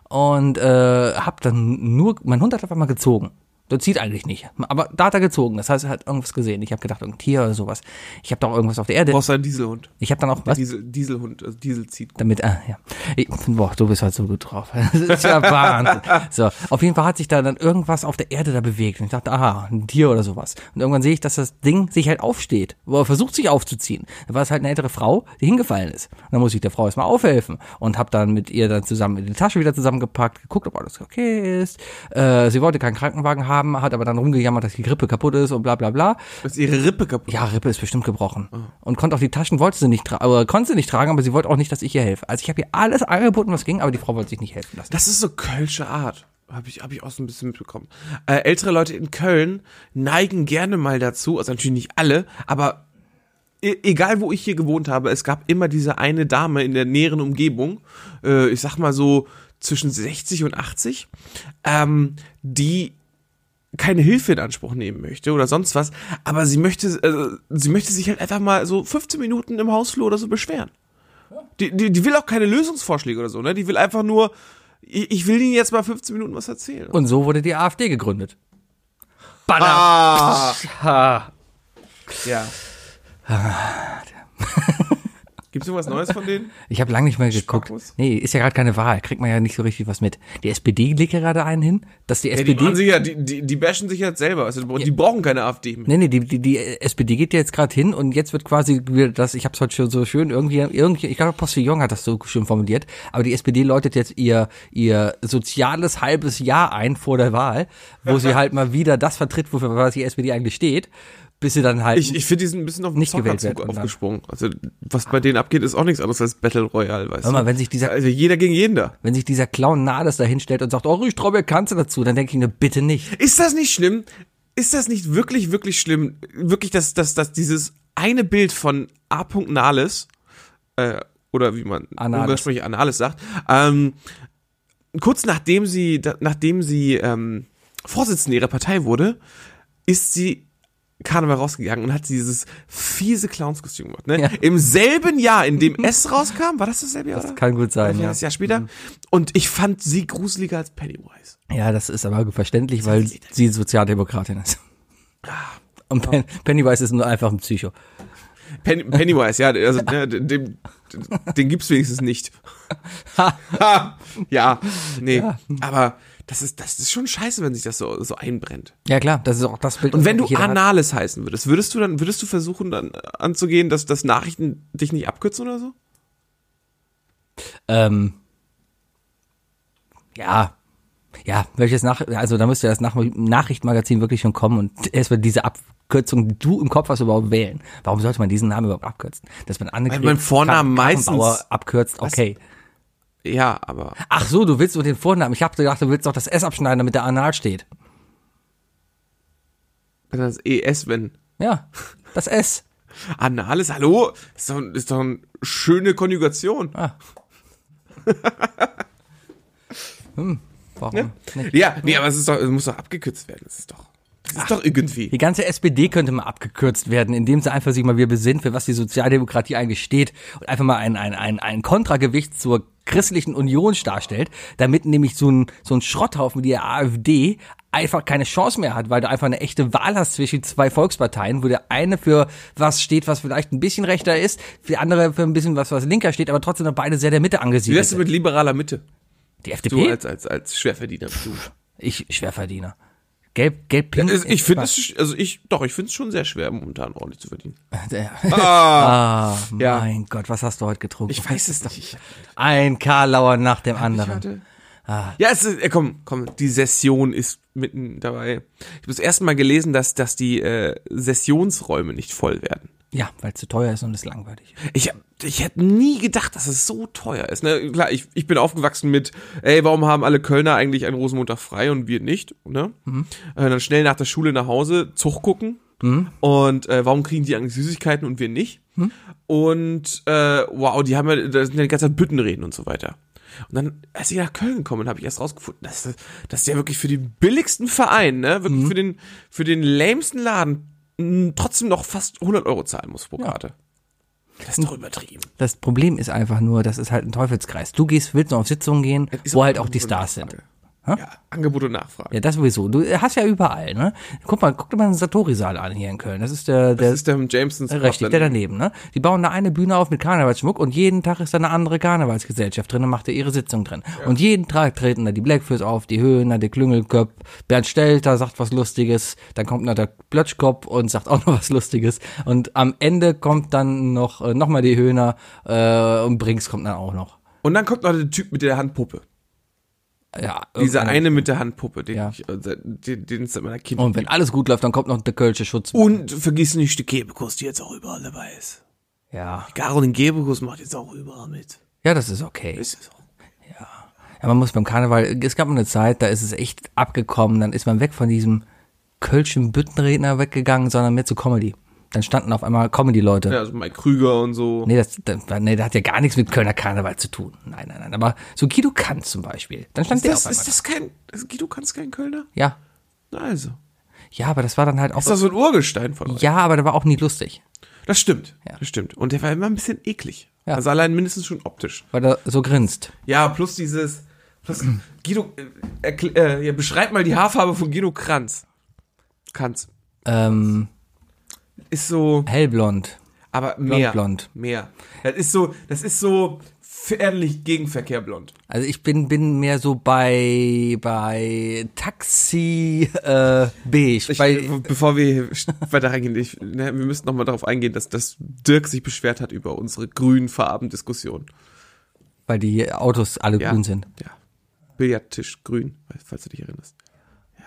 Speaker 4: und äh, hab dann nur, mein Hund hat einfach mal gezogen. Der zieht eigentlich nicht, aber da hat er gezogen, das heißt, er hat irgendwas gesehen. Ich habe gedacht, irgendein Tier oder sowas. Ich habe doch irgendwas auf der Erde.
Speaker 3: Du brauchst einen Dieselhund.
Speaker 4: Ich habe dann auch was
Speaker 3: Diesel, Dieselhund, also Diesel zieht gut.
Speaker 4: damit. Ah, ja. Ich, boah, du bist halt so gut drauf. <laughs> Das ist ja Wahnsinn. So, auf jeden Fall hat sich da dann irgendwas auf der Erde da bewegt. Und ich dachte, aha, ein Tier oder sowas. Und irgendwann sehe ich, dass das Ding sich halt aufsteht, aber versucht sich aufzuziehen. Da war es halt eine ältere Frau, die hingefallen ist. Und dann muss ich der Frau erstmal aufhelfen und habe dann mit ihr dann zusammen die Tasche wieder zusammengepackt, geguckt, ob alles okay ist. Äh, sie wollte keinen Krankenwagen haben, hat aber dann rumgejammert, dass die Grippe kaputt ist und bla bla bla.
Speaker 3: Du hast ihre Rippe kaputt.
Speaker 4: Ja, Rippe ist bestimmt gebrochen. Und konnte auch die Taschen, wollte sie nicht tragen, aber konnte sie nicht tragen, aber sie wollte auch nicht, dass ich ihr helfe. Also ich habe ihr alles angeboten, was ging, aber die Frau wollte sich nicht helfen lassen.
Speaker 3: Das ist so kölsche Art. Habe ich, hab ich auch so ein bisschen mitbekommen. Äh, ältere Leute in Köln neigen gerne mal dazu, also natürlich nicht alle, aber e egal wo ich hier gewohnt habe, es gab immer diese eine Dame in der näheren Umgebung, äh, ich sag mal so zwischen 60 und 80, ähm, die keine Hilfe in Anspruch nehmen möchte oder sonst was, aber sie möchte, äh, sie möchte sich halt einfach mal so 15 Minuten im Hausflur oder so beschweren. Die, die, die will auch keine Lösungsvorschläge oder so, ne? Die will einfach nur, ich, ich will Ihnen jetzt mal 15 Minuten was erzählen.
Speaker 4: Und so wurde die AfD gegründet. Banner.
Speaker 3: Ah,
Speaker 4: Ha.
Speaker 3: ja. Ah, Gibt's irgendwas Neues von denen?
Speaker 4: Ich habe lange nicht mehr geguckt.
Speaker 3: Spackos.
Speaker 4: Nee, ist ja gerade keine Wahl, kriegt man ja nicht so richtig was mit. Die SPD legt ja gerade einen hin, dass die
Speaker 3: Ja, die,
Speaker 4: SPD
Speaker 3: machen sich ja, die, die, die bashen sich jetzt selber. Also, die brauchen keine AfD mehr.
Speaker 4: Nee, nee, die, die, die SPD geht ja jetzt gerade hin und jetzt wird quasi wieder das, ich hab's heute schon so schön, irgendwie, irgendwie, ich glaube, Postillon hat das so schön formuliert, aber die SPD läutet jetzt ihr, ihr soziales halbes Jahr ein vor der Wahl, wo sie halt mal wieder das vertritt, wofür was die SPD eigentlich steht, bis sie dann halt,
Speaker 3: Ich, ich finde, die sind ein bisschen auf den
Speaker 4: Nicht gewählt
Speaker 3: Zockerzug
Speaker 4: werden, dann.
Speaker 3: aufgesprungen. Also, was bei denen abgeht, ist auch nichts anderes als Battle Royale, weißt
Speaker 4: Hör mal,
Speaker 3: du?
Speaker 4: wenn sich dieser-
Speaker 3: Also, jeder gegen jeden da.
Speaker 4: wenn sich dieser Clown Nades da hinstellt und sagt, oh, ich traue mir Kanzler dazu, dann denke ich mir, bitte nicht.
Speaker 3: Ist das nicht schlimm? Ist das nicht wirklich, wirklich schlimm? Wirklich, dass, dass, dass dieses eine Bild von A. Nahles, äh, oder wie man
Speaker 4: Annales.
Speaker 3: umgangssprachlich Annales sagt, ähm, kurz nachdem sie, da, nachdem sie ähm, Vorsitzende ihrer Partei wurde, ist sie Karneval rausgegangen und hat dieses fiese Clownskostüm gemacht. Ne?
Speaker 4: Ja.
Speaker 3: Im selben Jahr, in dem S rauskam, war das dasselbe Jahr? Das
Speaker 4: kann gut sein, ja. Mhm.
Speaker 3: Das Jahr später. Und ich fand sie gruseliger als Pennywise.
Speaker 4: Ja, das ist aber verständlich, weil sie Sozialdemokratin ist. Und Pen Pennywise ist nur einfach ein Psycho.
Speaker 3: Pen Pennywise, ja, also ne, den, den, den gibt's wenigstens nicht. Ha, ja, nee, aber das ist, das ist schon scheiße, wenn sich das so, so einbrennt.
Speaker 4: Ja klar, das ist auch das Bild.
Speaker 3: Und wenn du
Speaker 4: jeder Also hat.
Speaker 3: Annales heißen würdest, würdest du dann, würdest du versuchen dann anzugehen, dass, dass Nachrichten dich nicht abkürzen oder so?
Speaker 4: Ähm, ja. Ja, welches Nach also da müsste das Nach Nachrichtenmagazin wirklich schon kommen und <laughs> erstmal diese Abkürzung, die du im Kopf hast, überhaupt wählen. Warum sollte man diesen Namen überhaupt abkürzen? Dass man Annegret
Speaker 3: Weil man Vornamen
Speaker 4: Kramp-
Speaker 3: meistens-
Speaker 4: Karrenbauer abkürzt, okay.
Speaker 3: Ja, aber
Speaker 4: Ach so, du willst nur den Vornamen. Ich habe gedacht, du willst doch das S abschneiden, damit der Anal steht.
Speaker 3: Das ES, wenn.
Speaker 4: Ja, das S.
Speaker 3: Anales, hallo? Ist doch, ist doch eine schöne Konjugation.
Speaker 4: Warum? nicht?
Speaker 3: Ja, nee, aber es ist doch, es muss doch abgekürzt werden. Es ist doch, das ist doch irgendwie.
Speaker 4: Die ganze SPD könnte mal abgekürzt werden, indem sie einfach sich mal wieder besinnt, für was die Sozialdemokratie eigentlich steht und einfach mal ein, ein, ein, ein Kontragewicht zur christlichen Union darstellt, damit nämlich so ein, so ein Schrotthaufen wie die AfD einfach keine Chance mehr hat, weil du einfach eine echte Wahl hast zwischen zwei Volksparteien, wo der eine für was steht, was vielleicht ein bisschen rechter ist, der andere für ein bisschen was, was linker steht, aber trotzdem noch beide sehr der Mitte
Speaker 3: Wie
Speaker 4: angesiedelt
Speaker 3: wär's denn
Speaker 4: sind.
Speaker 3: mit liberaler Mitte?
Speaker 4: Die
Speaker 3: Du
Speaker 4: FDP?
Speaker 3: als, als, als Schwerverdiener. Du.
Speaker 4: Ich, Schwerverdiener. Gelb, gelb, pink.
Speaker 3: Also ich finde es, also ich, doch, ich finde es schon sehr schwer, momentan ordentlich zu verdienen.
Speaker 4: Ah,
Speaker 3: Ja.
Speaker 4: mein Gott, was hast du heute getrunken?
Speaker 3: Ich weiß es doch nicht.
Speaker 4: Ein Karlauer nach dem anderen.
Speaker 3: Warte. Ja, es ist, äh, komm, komm, die Session ist mitten dabei. Ich habe das erste Mal gelesen, dass, dass die äh, Sessionsräume nicht voll werden.
Speaker 4: Ja, weil es zu teuer ist und es langweilig ist.
Speaker 3: Ich, hab- ich hätte nie gedacht, dass es so teuer ist. Ne? Klar, ich, ich bin aufgewachsen mit, ey, warum haben alle Kölner eigentlich einen Rosenmontag frei und wir nicht? Ne? Äh, dann schnell nach der Schule nach Hause, Zug gucken. Und äh, warum kriegen die eigentlich Süßigkeiten und wir nicht? Und äh, wow, die haben ja, da sind ja die ganze Zeit Büttenreden und so weiter. Und dann, als ich nach Köln gekommen bin, habe ich erst rausgefunden, dass das dass ja wirklich für den billigsten Verein, ne, wirklich für den für den lämsten Laden m, trotzdem noch fast 100 Euro zahlen muss pro Karte. Das ist doch übertrieben.
Speaker 4: Das Problem ist einfach nur, das ist halt ein Teufelskreis. Du gehst, willst noch auf Sitzungen gehen,
Speaker 3: ist
Speaker 4: wo
Speaker 3: auch
Speaker 4: halt auch die
Speaker 3: Angebot und
Speaker 4: Stars sind.
Speaker 3: Ja, Angebot und Nachfrage.
Speaker 4: Ja, das sowieso. Du hast ja überall, ne? Guck mal, guck dir mal den Satori-Saal an hier in Köln. Das ist der, der
Speaker 3: Das ist der Jamesons
Speaker 4: Richtig, der daneben, ne? Die bauen da eine Bühne auf mit Karnevalsschmuck und jeden Tag ist da eine andere Karnevalsgesellschaft drin und macht da ihre Sitzung drin. Und jeden Tag treten da die Blackfurs auf, die Höhner, der Klüngelköpp, Bernd Stelter sagt was Lustiges, dann kommt noch der Plötschkopf und sagt auch noch was Lustiges. Und am Ende kommt dann noch, äh, noch mal die Höhner äh, und Brinks kommt dann auch noch.
Speaker 3: Und dann kommt noch der Typ mit der Handpuppe.
Speaker 4: Ja,
Speaker 3: Dieser
Speaker 4: irgendeine-
Speaker 3: eine mit der Handpuppe, den
Speaker 4: Ja.
Speaker 3: ich, äh, seit- den, den es seit meiner Kindheit.
Speaker 4: Und wenn alles gut läuft, dann kommt noch der Kölsche Schutz.
Speaker 3: Und vergiss nicht die Kebekus, die jetzt auch überall dabei ist.
Speaker 4: Ja.
Speaker 3: Caroline Kebekus macht jetzt auch überall mit.
Speaker 4: ja, das ist okay.
Speaker 3: Ist es auch.
Speaker 4: Ja, man muss beim Karneval, es gab mal eine Zeit, da ist es echt abgekommen, dann ist man weg von diesem kölschen Büttenredner weggegangen, sondern mehr zu Comedy. Dann standen auf einmal Comedy-Leute.
Speaker 3: Ja, also Mike Krüger und so.
Speaker 4: Nee, das, das, nee, das hat ja gar nichts mit Kölner Karneval zu tun. Nein, nein, nein. Aber so Guido Kant zum Beispiel. Dann stand
Speaker 3: ist,
Speaker 4: der
Speaker 3: das,
Speaker 4: auf einmal.
Speaker 3: ist das kein, das, Guido kannst kein Kölner?
Speaker 4: ja.
Speaker 3: Na also.
Speaker 4: Ja, aber das war dann halt auch.
Speaker 3: Ist das so ein Urgestein von euch?
Speaker 4: ja, aber der war auch nie lustig.
Speaker 3: Das stimmt.
Speaker 4: Ja.
Speaker 3: Das stimmt. Und der war immer ein bisschen eklig.
Speaker 4: Ja.
Speaker 3: Also allein mindestens schon optisch.
Speaker 4: Weil er so grinst.
Speaker 3: Ja, plus dieses, plus Guido, äh, erkl- äh, ja, beschreib mal die Haarfarbe von Guido Kranz. Kranz.
Speaker 4: Ähm,
Speaker 3: Ist so,
Speaker 4: hellblond.
Speaker 3: aber mehr.
Speaker 4: blond.
Speaker 3: Mehr. Das ist so, das ist so fährlich Gegenverkehr blond.
Speaker 4: Also ich bin, bin mehr so bei, bei Taxi äh, beige.
Speaker 3: Ich,
Speaker 4: bei,
Speaker 3: bevor wir weiter reingehen, ich, ne, wir müssen nochmal darauf eingehen, dass, dass Dirk sich beschwert hat über unsere grünen Farbendiskussion.
Speaker 4: weil die Autos alle
Speaker 3: Ja.
Speaker 4: grün sind.
Speaker 3: Ja. Billardtisch grün, falls du dich erinnerst. Ja.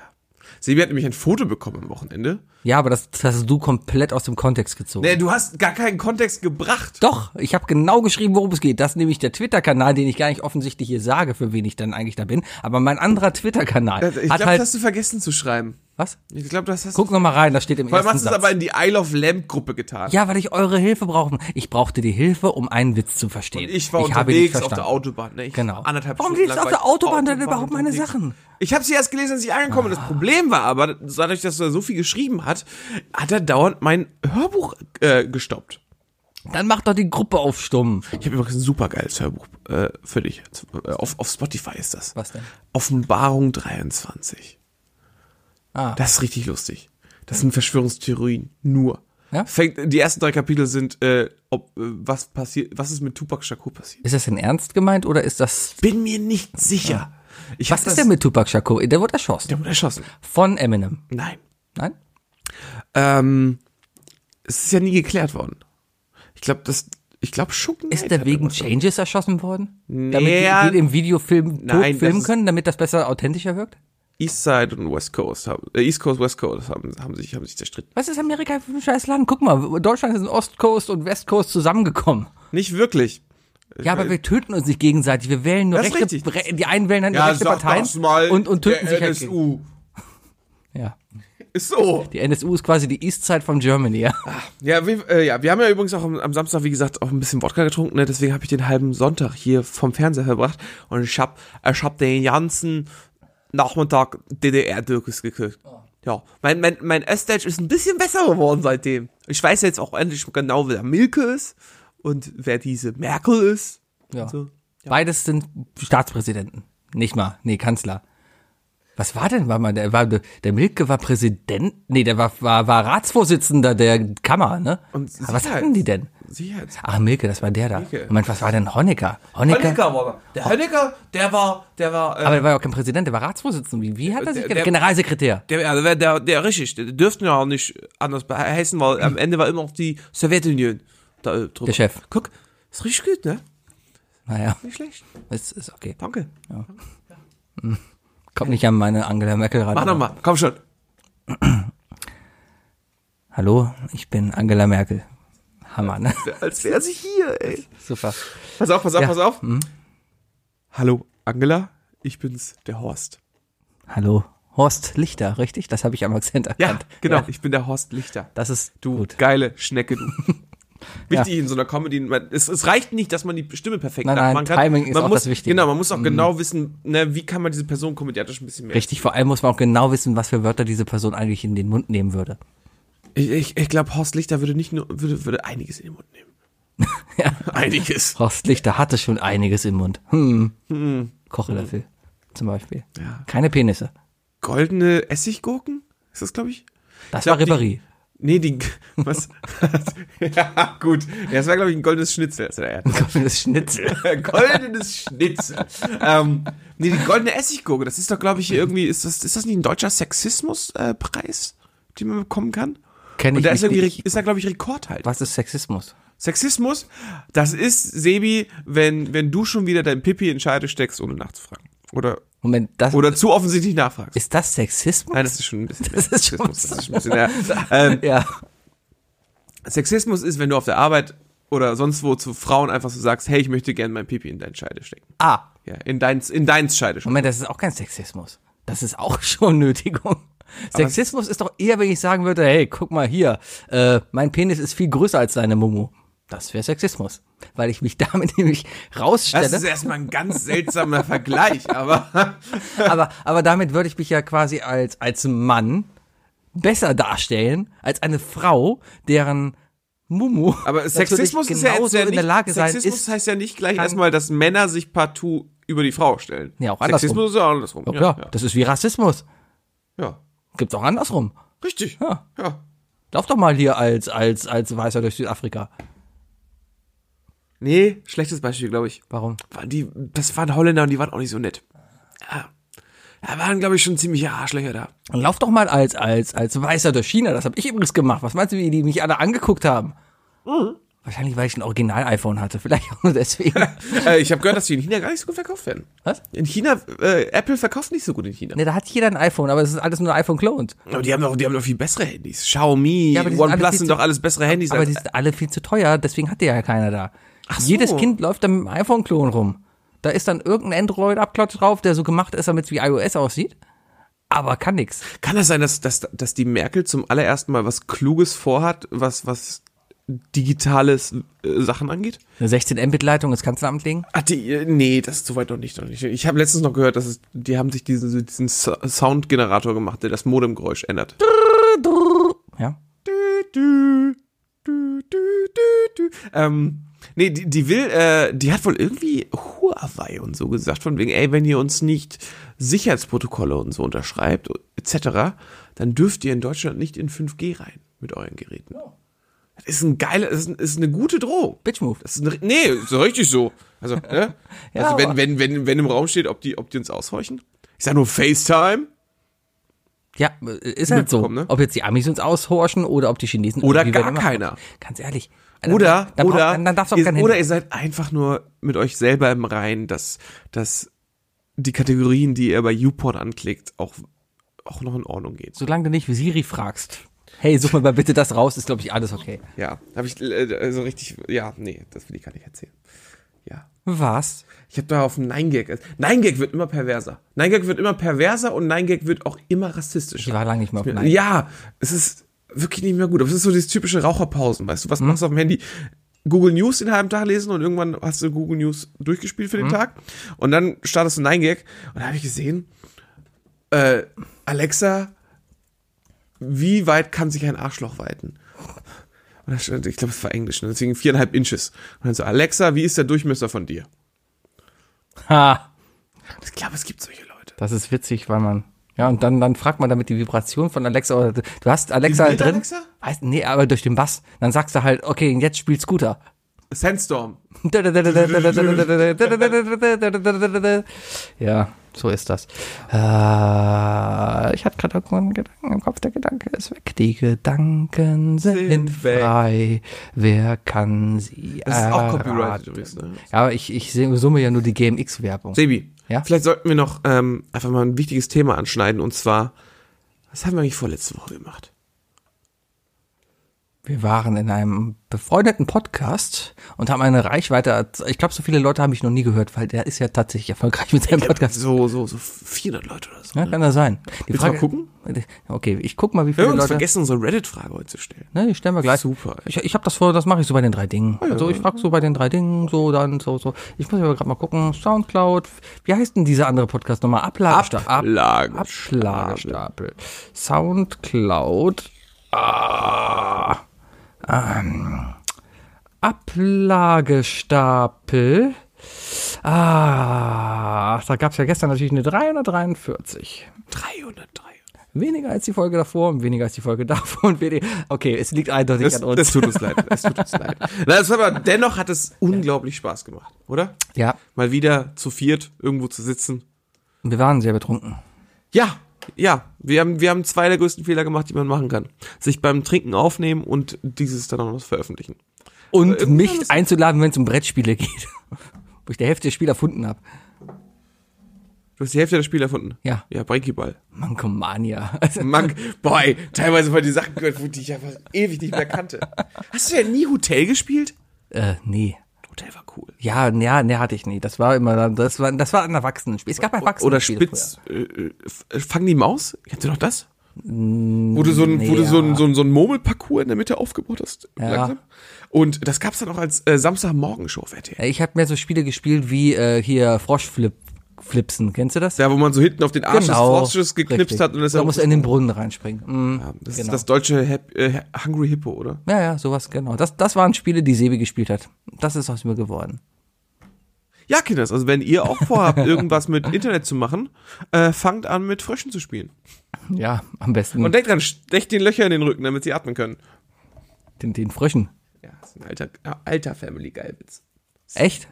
Speaker 3: Sebi hat nämlich ein Foto bekommen am Wochenende.
Speaker 4: Ja, aber das, das hast du komplett aus dem Kontext gezogen.
Speaker 3: Nee, du hast gar keinen Kontext gebracht.
Speaker 4: Doch, ich habe genau geschrieben, worum es geht. Das ist nämlich der Twitter-Kanal, den ich gar nicht offensichtlich hier sage, für wen ich dann eigentlich da bin. Aber mein anderer Twitter-Kanal
Speaker 3: Also, Ich
Speaker 4: hat
Speaker 3: glaube,
Speaker 4: halt...
Speaker 3: das hast du vergessen zu schreiben.
Speaker 4: was?
Speaker 3: Ich glaube, das hast
Speaker 4: Guck
Speaker 3: du.
Speaker 4: noch mal rein, das steht im
Speaker 3: Vor allem
Speaker 4: ersten
Speaker 3: hast du es
Speaker 4: Satz.
Speaker 3: aber in die Isle of Lamp Gruppe getan.
Speaker 4: ja, weil ich eure Hilfe brauche. Ich brauchte die Hilfe, um einen Witz zu verstehen.
Speaker 3: Ich war
Speaker 4: habe ihn nicht
Speaker 3: unterwegs auf der
Speaker 4: verstanden.
Speaker 3: Autobahn. Ne? Ich
Speaker 4: Genau.
Speaker 3: Anderthalb
Speaker 4: Warum
Speaker 3: Stunden
Speaker 4: liest
Speaker 3: lang
Speaker 4: auf der
Speaker 3: war ich
Speaker 4: Autobahn denn überhaupt meine
Speaker 3: unterwegs.
Speaker 4: Sachen? Ah.
Speaker 3: Ich habe sie erst gelesen, als ich angekommen bin. Das Problem war aber, dadurch, dass er so viel geschrieben hat, hat er dauernd mein Hörbuch äh, gestoppt.
Speaker 4: Dann macht doch die Gruppe auf stumm.
Speaker 3: Ich habe übrigens ein supergeiles Hörbuch äh, für dich. Äh, Auf, auf Spotify ist das.
Speaker 4: Was denn?
Speaker 3: Offenbarung 23.
Speaker 4: Ah.
Speaker 3: Das ist richtig lustig. Das sind Verschwörungstheorien. Nur.
Speaker 4: Ja?
Speaker 3: Fängt, die ersten drei Kapitel sind, äh, ob, äh, was passiert, was ist mit Tupac Shakur passiert.
Speaker 4: Ist das denn ernst gemeint oder ist das...
Speaker 3: Bin mir nicht sicher. Ich
Speaker 4: Was
Speaker 3: hab
Speaker 4: ist
Speaker 3: das-
Speaker 4: denn mit Tupac Shakur? Der wurde erschossen.
Speaker 3: Der wurde erschossen.
Speaker 4: Von Eminem.
Speaker 3: Nein.
Speaker 4: Nein?
Speaker 3: Ähm, es ist ja nie geklärt worden. Ich glaube, das, ich glaube, Schucken.
Speaker 4: Ist der wegen
Speaker 3: also
Speaker 4: Changes erschossen worden? Damit
Speaker 3: Ja.
Speaker 4: die, die im Videofilm tot
Speaker 3: Nein, das
Speaker 4: filmen
Speaker 3: ist-
Speaker 4: können, damit das besser authentischer wirkt?
Speaker 3: Eastside und West Coast haben, äh, East Coast, West Coast haben, haben sich, haben sich zerstritten.
Speaker 4: Was ist Amerika für ein scheiß Land? Guck mal, Deutschland ist in Ostcoast und Westcoast zusammengekommen.
Speaker 3: Nicht wirklich.
Speaker 4: Ja, aber wir töten uns nicht gegenseitig. Wir wählen nur
Speaker 3: Das ist
Speaker 4: rechte,
Speaker 3: richtig.
Speaker 4: halt re, die einen wählen dann die rechte Parteien und, und töten sich halt. gegen- Ja.
Speaker 3: Ist so.
Speaker 4: Die NSU ist quasi die Eastside von Germany, ja.
Speaker 3: Ja, wir, äh, ja, wir haben ja übrigens auch am, am Samstag, wie gesagt, auch ein bisschen Wodka getrunken, ne? deswegen habe ich den halben Sonntag hier vom Fernseher verbracht und ich hab, ich hab den ganzen Nachmittag DDR-Dürkes gekriegt.
Speaker 4: Ah.
Speaker 3: Ja, mein, mein, mein Östdeutsch ist ein bisschen besser geworden seitdem. Ich weiß jetzt auch endlich genau, wer der Milke ist und wer diese Merkel ist.
Speaker 4: ja.
Speaker 3: So.
Speaker 4: Beides sind Staatspräsidenten. Nicht mal, nee, Kanzler. Was war denn, war mal, der, war, der Milke war Präsident, nee, der war, war, war Ratsvorsitzender der Kammer, ne?
Speaker 3: Und
Speaker 4: Aber was
Speaker 3: Sicherheit-
Speaker 4: hatten die denn?
Speaker 3: Sicherheits.
Speaker 4: Ach, Milke, das war der da.
Speaker 3: Milke.
Speaker 4: Moment, was war denn Honecker? Honecker?
Speaker 3: Honecker war er. Der Honecker, der war, der war, äh,
Speaker 4: Aber der war ja auch kein Präsident, der war Ratsvorsitzender. Wie, wie hat er sich
Speaker 3: Der-
Speaker 4: genannt?
Speaker 3: der-
Speaker 4: Generalsekretär.
Speaker 3: Der, ja, der, der, der richtig, der dürften ja auch nicht anders heißen, weil
Speaker 4: <clears throat>
Speaker 3: am Ende war immer noch die Sowjetunion da äh, drüber.
Speaker 4: Der Chef.
Speaker 3: Guck, ist richtig gut, ne?
Speaker 4: Naja,
Speaker 3: Nicht schlecht.
Speaker 4: ist, ist okay.
Speaker 3: Danke.
Speaker 4: Kommt nicht an meine Angela Merkel ran.
Speaker 3: Mach nochmal, komm schon.
Speaker 4: Hallo, ich bin Angela Merkel. Hammer, ne?
Speaker 3: Als wäre sie hier, ey.
Speaker 4: Super.
Speaker 3: Pass auf, pass auf,
Speaker 4: Ja. Mhm.
Speaker 3: pass auf. Hallo, Angela, ich bin's, der Horst.
Speaker 4: Hallo, Horst Lichter, richtig? Das habe ich am Akzent
Speaker 3: Ja,
Speaker 4: erkannt.
Speaker 3: genau,
Speaker 4: Ja,
Speaker 3: ich bin der Horst Lichter.
Speaker 4: das ist
Speaker 3: Du
Speaker 4: gut.
Speaker 3: geile Schnecke,
Speaker 4: <laughs>
Speaker 3: du. Wichtig in so einer Comedy, man, es, es reicht nicht, dass man die Stimme perfekt
Speaker 4: Nein, nein,
Speaker 3: nachmachen kann.
Speaker 4: Timing ist
Speaker 3: man
Speaker 4: auch
Speaker 3: muss,
Speaker 4: das Wichtige. Mhm.
Speaker 3: Genau, man muss auch genau wissen, ne, wie kann man diese Person komödiantisch ein bisschen mehr
Speaker 4: Richtig, vor allem muss man auch genau wissen, was für Wörter diese Person eigentlich in den Mund nehmen würde.
Speaker 3: Ich, ich, ich glaube, Horst Lichter würde nicht nur, würde, würde einiges in den Mund <laughs> nehmen.
Speaker 4: Ja.
Speaker 3: Einiges.
Speaker 4: Horst Lichter hatte schon einiges im Mund. Hm. Kochlöffel zum Beispiel.
Speaker 3: Ja.
Speaker 4: Keine Penisse.
Speaker 3: Goldene Essiggurken? Ist das, glaube ich?
Speaker 4: Das
Speaker 3: glaub,
Speaker 4: war Ribéry. <laughs>
Speaker 3: Nee, die, <laughs> was? ja, gut. Ja, das war, glaube ich, ein goldenes Schnitzel. also, Das er
Speaker 4: Das Schnitzel.
Speaker 3: <laughs> Goldenes Schnitzel. ähm, nee, die goldene Essiggurke, das ist doch, glaube ich, hier irgendwie, ist das, ist das nicht ein deutscher Sexismuspreis, äh, Preis, den man bekommen kann?
Speaker 4: Kenn
Speaker 3: Und
Speaker 4: ich
Speaker 3: da ist,
Speaker 4: nicht.
Speaker 3: irgendwie,
Speaker 4: Ich,
Speaker 3: ist da, glaube ich, Rekordhalter.
Speaker 4: was ist Sexismus?
Speaker 3: Sexismus, das ist, Sebi, wenn, wenn du schon wieder dein Pipi in Scheide steckst, ohne nachzufragen. Oder
Speaker 4: Moment, das
Speaker 3: Oder zu offensichtlich nachfragst.
Speaker 4: ist das Sexismus?
Speaker 3: Nein, das ist schon ein bisschen.
Speaker 4: Das ist schon
Speaker 3: Sexismus, das ist ein bisschen ja.
Speaker 4: <laughs>
Speaker 3: ähm,
Speaker 4: ja.
Speaker 3: Sexismus ist, wenn du auf der Arbeit oder sonst wo zu Frauen einfach so sagst, hey, ich möchte gerne mein Pipi in deinen Scheide stecken.
Speaker 4: Ah,
Speaker 3: Ja, in deins, in deins Scheide stecken.
Speaker 4: Moment, das ist auch kein Sexismus. Das ist auch <laughs> schon Nötigung. Sexismus ist doch eher, wenn ich sagen würde, hey, guck mal hier, äh, mein Penis ist viel größer als deine Mumu. Das wäre Sexismus, weil ich mich <laughs> damit nämlich
Speaker 3: Das ist
Speaker 4: rausstelle.
Speaker 3: erstmal ein ganz seltsamer <laughs> Vergleich, aber
Speaker 4: Aber, aber damit würde ich mich ja quasi als, als Mann besser darstellen als eine Frau, deren Mumu. <laughs>
Speaker 3: aber Sexismus ist ja jetzt
Speaker 4: genauso
Speaker 3: ja nicht,
Speaker 4: in der Lage sein
Speaker 3: Sexismus halt-
Speaker 4: ist.
Speaker 3: heißt ja nicht gleich
Speaker 4: kann-
Speaker 3: erstmal, dass Männer sich partout über die Frau stellen.
Speaker 4: Ja, auch andersrum.
Speaker 3: Sexismus ist ja auch andersrum.
Speaker 4: Ja, klar,
Speaker 3: ja,
Speaker 4: das ist wie Rassismus.
Speaker 3: ja.
Speaker 4: Gibt's auch andersrum.
Speaker 3: Richtig.
Speaker 4: Ja.
Speaker 3: ja.
Speaker 4: Lauf doch mal hier als, als, als Weißer durch Südafrika.
Speaker 3: Nee, schlechtes Beispiel, glaube ich.
Speaker 4: Warum?
Speaker 3: waren die, das waren Holländer und die waren auch nicht so nett. Ja. Da waren, glaube ich, schon ziemliche Arschlöcher da.
Speaker 4: Und lauf doch mal als, als, als Weißer durch China. Das habe ich übrigens gemacht. Was meinst du, wie die mich alle angeguckt haben? Wahrscheinlich, weil ich ein Original-iPhone hatte. Vielleicht auch nur deswegen.
Speaker 3: <laughs> äh, ich habe gehört, dass die in China gar nicht so gut verkauft werden.
Speaker 4: Was?
Speaker 3: In China, äh, Apple verkauft nicht so gut in China.
Speaker 4: Ne, da hat jeder ein iPhone, aber es ist alles nur iPhone-Cloned.
Speaker 3: Aber die haben doch, die haben doch viel bessere Handys. Xiaomi,
Speaker 4: Ja, aber die sind alle
Speaker 3: OnePlus
Speaker 4: viel
Speaker 3: sind
Speaker 4: zu-
Speaker 3: doch alles bessere Handys. Also,
Speaker 4: Aber
Speaker 3: als-
Speaker 4: die sind alle viel zu teuer, deswegen hat die ja keiner da. Jedes Kind läuft dann mit einem iPhone-Klon rum. Da ist dann irgendein Android-Abklatsch drauf, der so gemacht ist, damit es wie iOS aussieht. Aber kann nix.
Speaker 3: kann das sein, dass, dass, dass die Merkel zum allerersten Mal was Kluges vorhat, was, was digitales äh, Sachen angeht?
Speaker 4: Eine 16-Mbit-Leitung ins Kanzleramt legen.
Speaker 3: Ach, die, äh, nee, das ist soweit noch nicht. Noch nicht. Ich habe letztens noch gehört, dass es, die haben sich diesen, diesen So- Soundgenerator gemacht, der das Modemgeräusch ändert.
Speaker 4: Ja.
Speaker 3: Du, du, du, du, du. Ähm, nee, die, die will, äh, die hat wohl irgendwie Huawei und so gesagt, von wegen, ey, wenn ihr uns nicht Sicherheitsprotokolle und so unterschreibt, etc., dann dürft ihr in Deutschland nicht in 5G rein mit euren Geräten.
Speaker 4: Oh.
Speaker 3: Das ist ein geiler, das ist, ein- ist eine gute Drohung.
Speaker 4: Bitch-Move.
Speaker 3: Das ist ein, nee, ist richtig so. Also, ne?
Speaker 4: <laughs> Ja,
Speaker 3: also wenn,
Speaker 4: aber-
Speaker 3: wenn, wenn, wenn im Raum steht, ob die, ob die uns aushorchen. Ich sag nur FaceTime.
Speaker 4: Ja, ist halt so.
Speaker 3: Mitbekommen, ne?
Speaker 4: Ob jetzt die Amis uns aushorchen oder ob die Chinesen
Speaker 3: Oder
Speaker 4: irgendwie,
Speaker 3: gar
Speaker 4: wenn immer-
Speaker 3: keiner.
Speaker 4: Ganz ehrlich.
Speaker 3: Oder,
Speaker 4: dann braucht-
Speaker 3: oder,
Speaker 4: dann darfst du auch
Speaker 3: ihr,
Speaker 4: kein
Speaker 3: oder
Speaker 4: Handy.
Speaker 3: ihr seid einfach nur mit euch selber im Reinen, dass, dass die Kategorien, die ihr bei YouPorn anklickt, auch, auch noch in Ordnung geht.
Speaker 4: Solange du nicht wie Siri fragst. Hey, such mal mal bitte das raus, ist glaube ich alles okay.
Speaker 3: also Ja, habe ich äh, so richtig, ja, nee, das will ich gar nicht erzählen. Ja.
Speaker 4: Was?
Speaker 3: Ich habe da auf einen Nein-Gag. Nein-Gag wird immer perverser. Nein-Gag wird immer perverser und Nein-Gag wird auch immer rassistischer.
Speaker 4: Ich war lange nicht mehr auf
Speaker 3: Ja,
Speaker 4: Nein.
Speaker 3: Ja, es ist wirklich nicht mehr gut. Aber es ist so dieses typische Raucherpausen, weißt du, was machst du auf dem Handy? Google News den halben Tag lesen und irgendwann hast du Google News durchgespielt für den Tag und dann startest du Nein Gag und da habe ich gesehen, äh, Alexa, wie weit kann sich ein Arschloch weiten? Und da stand, ich glaube, es war Englisch, ne? deswegen viereinhalb Inches. Und dann so, Alexa, wie ist der Durchmesser von dir?
Speaker 4: Ha,
Speaker 3: Ich glaube, es gibt solche Leute.
Speaker 4: das ist witzig, weil man. Ja, und dann, dann fragt man damit die Vibration von Alexa oder du hast Alexa
Speaker 3: Die
Speaker 4: halt
Speaker 3: Bild
Speaker 4: drin.
Speaker 3: Alexa?
Speaker 4: Weißt, nee, aber durch den Bass. Dann sagst du halt, okay, jetzt spielt Scooter.
Speaker 3: Sandstorm.
Speaker 4: Ja, so ist das. Äh, ich hatte gerade irgendwo einen Gedanken im Kopf, der Gedanke ist weg. Die Gedanken sind,
Speaker 3: Sind weg.
Speaker 4: frei. Wer kann sie
Speaker 3: Das ist auch
Speaker 4: erraten?
Speaker 3: copyrighted übrigens. Ne?
Speaker 4: Ja, aber ich, ich seh- summe ja nur die GMX-Werbung.
Speaker 3: Sebi,
Speaker 4: Ja?
Speaker 3: vielleicht sollten wir noch ähm, einfach mal ein wichtiges Thema anschneiden und zwar, was haben wir eigentlich vorletzte Woche gemacht?
Speaker 4: Wir waren in einem befreundeten Podcast und haben eine Reichweite. Ich glaube, so viele Leute haben mich noch nie gehört, weil der ist ja tatsächlich erfolgreich mit seinem Podcast.
Speaker 3: So, so, so 400 Leute oder so.
Speaker 4: Ja, kann das sein. Die
Speaker 3: Willst du mal gucken?
Speaker 4: Okay, ich guck mal, wie
Speaker 3: Wir
Speaker 4: viele
Speaker 3: haben uns
Speaker 4: Leute.
Speaker 3: vergessen, unsere Reddit-Frage heute zu stellen.
Speaker 4: Ne, die stellen wir gleich.
Speaker 3: Super, ey.
Speaker 4: Ich, ich habe das vor, das mache ich so bei den drei Dingen. Also ich frage so bei den drei Dingen, so dann so so. Ich muss aber gerade mal gucken. Soundcloud. Wie heißt denn dieser andere Podcast nochmal? Ablagestapel.
Speaker 3: Ablagen.
Speaker 4: Ablagestapel. Soundcloud. Ah, ähm, Ablagestapel. Ah, da gab es ja gestern natürlich eine 343.
Speaker 3: 303.
Speaker 4: Weniger als die Folge davor und weniger als die Folge <laughs> davor und weniger. Okay, es liegt eindeutig
Speaker 3: Das,
Speaker 4: an uns.
Speaker 3: das tut uns leid. Es tut uns
Speaker 4: <laughs>
Speaker 3: leid. Na, das war aber, dennoch hat es unglaublich Spaß gemacht, oder?
Speaker 4: ja,
Speaker 3: Mal wieder zu viert irgendwo zu sitzen.
Speaker 4: wir waren sehr betrunken.
Speaker 3: Ja, ja. Wir haben, wir haben zwei der größten Fehler gemacht, die man machen kann. Sich beim Trinken aufnehmen und dieses dann auch noch veröffentlichen.
Speaker 4: Und
Speaker 3: irgendwie
Speaker 4: mich
Speaker 3: alles-
Speaker 4: einzuladen, wenn es um Brettspiele <laughs> geht. Wo ich der Hälfte des Spiels erfunden habe.
Speaker 3: Du hast die Hälfte der Spiele erfunden.
Speaker 4: Ja.
Speaker 3: Ja, Breakyball.
Speaker 4: Mankomania. Also, <laughs>
Speaker 3: Mank, boy, teilweise mal die Sachen gehört, wo die ich einfach ewig nicht mehr kannte. Hast du ja nie Hotel gespielt?
Speaker 4: äh, nee.
Speaker 3: Hotel war cool.
Speaker 4: Ja, ja, nee, hatte ich nie. Das war immer, das war, das war ein Erwachsenenspiel. Es gab Erwachsenen
Speaker 3: Oder Spitz, äh, äh, fang die Maus? Kennst du noch das? Wo du so ein,
Speaker 4: Mm,
Speaker 3: wo
Speaker 4: nee,
Speaker 3: du so ein,
Speaker 4: ja.
Speaker 3: so ein, so ein Murmelparcours in der Mitte aufgebaut hast.
Speaker 4: Ja.
Speaker 3: Und das gab's dann auch als äh, Samstagmorgenshow auf RTL.
Speaker 4: Äh, Ich habe mehr so Spiele gespielt wie äh, hier Froschflip. Flipsen, kennst du das? Genau.
Speaker 3: Da, wo man so hinten auf den Arsch des Forsches geknipst
Speaker 4: richtig.
Speaker 3: hat und das,
Speaker 4: Oder musst du in den Brunnen reinspringen. Mhm.
Speaker 3: ja, das ist
Speaker 4: genau.
Speaker 3: das deutsche Hap- äh, Hungry Hippo, oder?
Speaker 4: Ja, ja, sowas, genau. Das, das waren Spiele, die Sebi gespielt hat. Das ist aus mir geworden.
Speaker 3: Ja, Kinders, also wenn ihr auch <laughs> vorhabt, irgendwas mit Internet zu machen, äh, fangt an mit Fröschen zu spielen.
Speaker 4: Ja, am besten
Speaker 3: Und denkt dran, stecht den Löcher in den Rücken, damit sie atmen können.
Speaker 4: den, den Fröschen.
Speaker 3: Ja, das ist ein alter, äh, alter Family Guy Witz.
Speaker 4: Echt?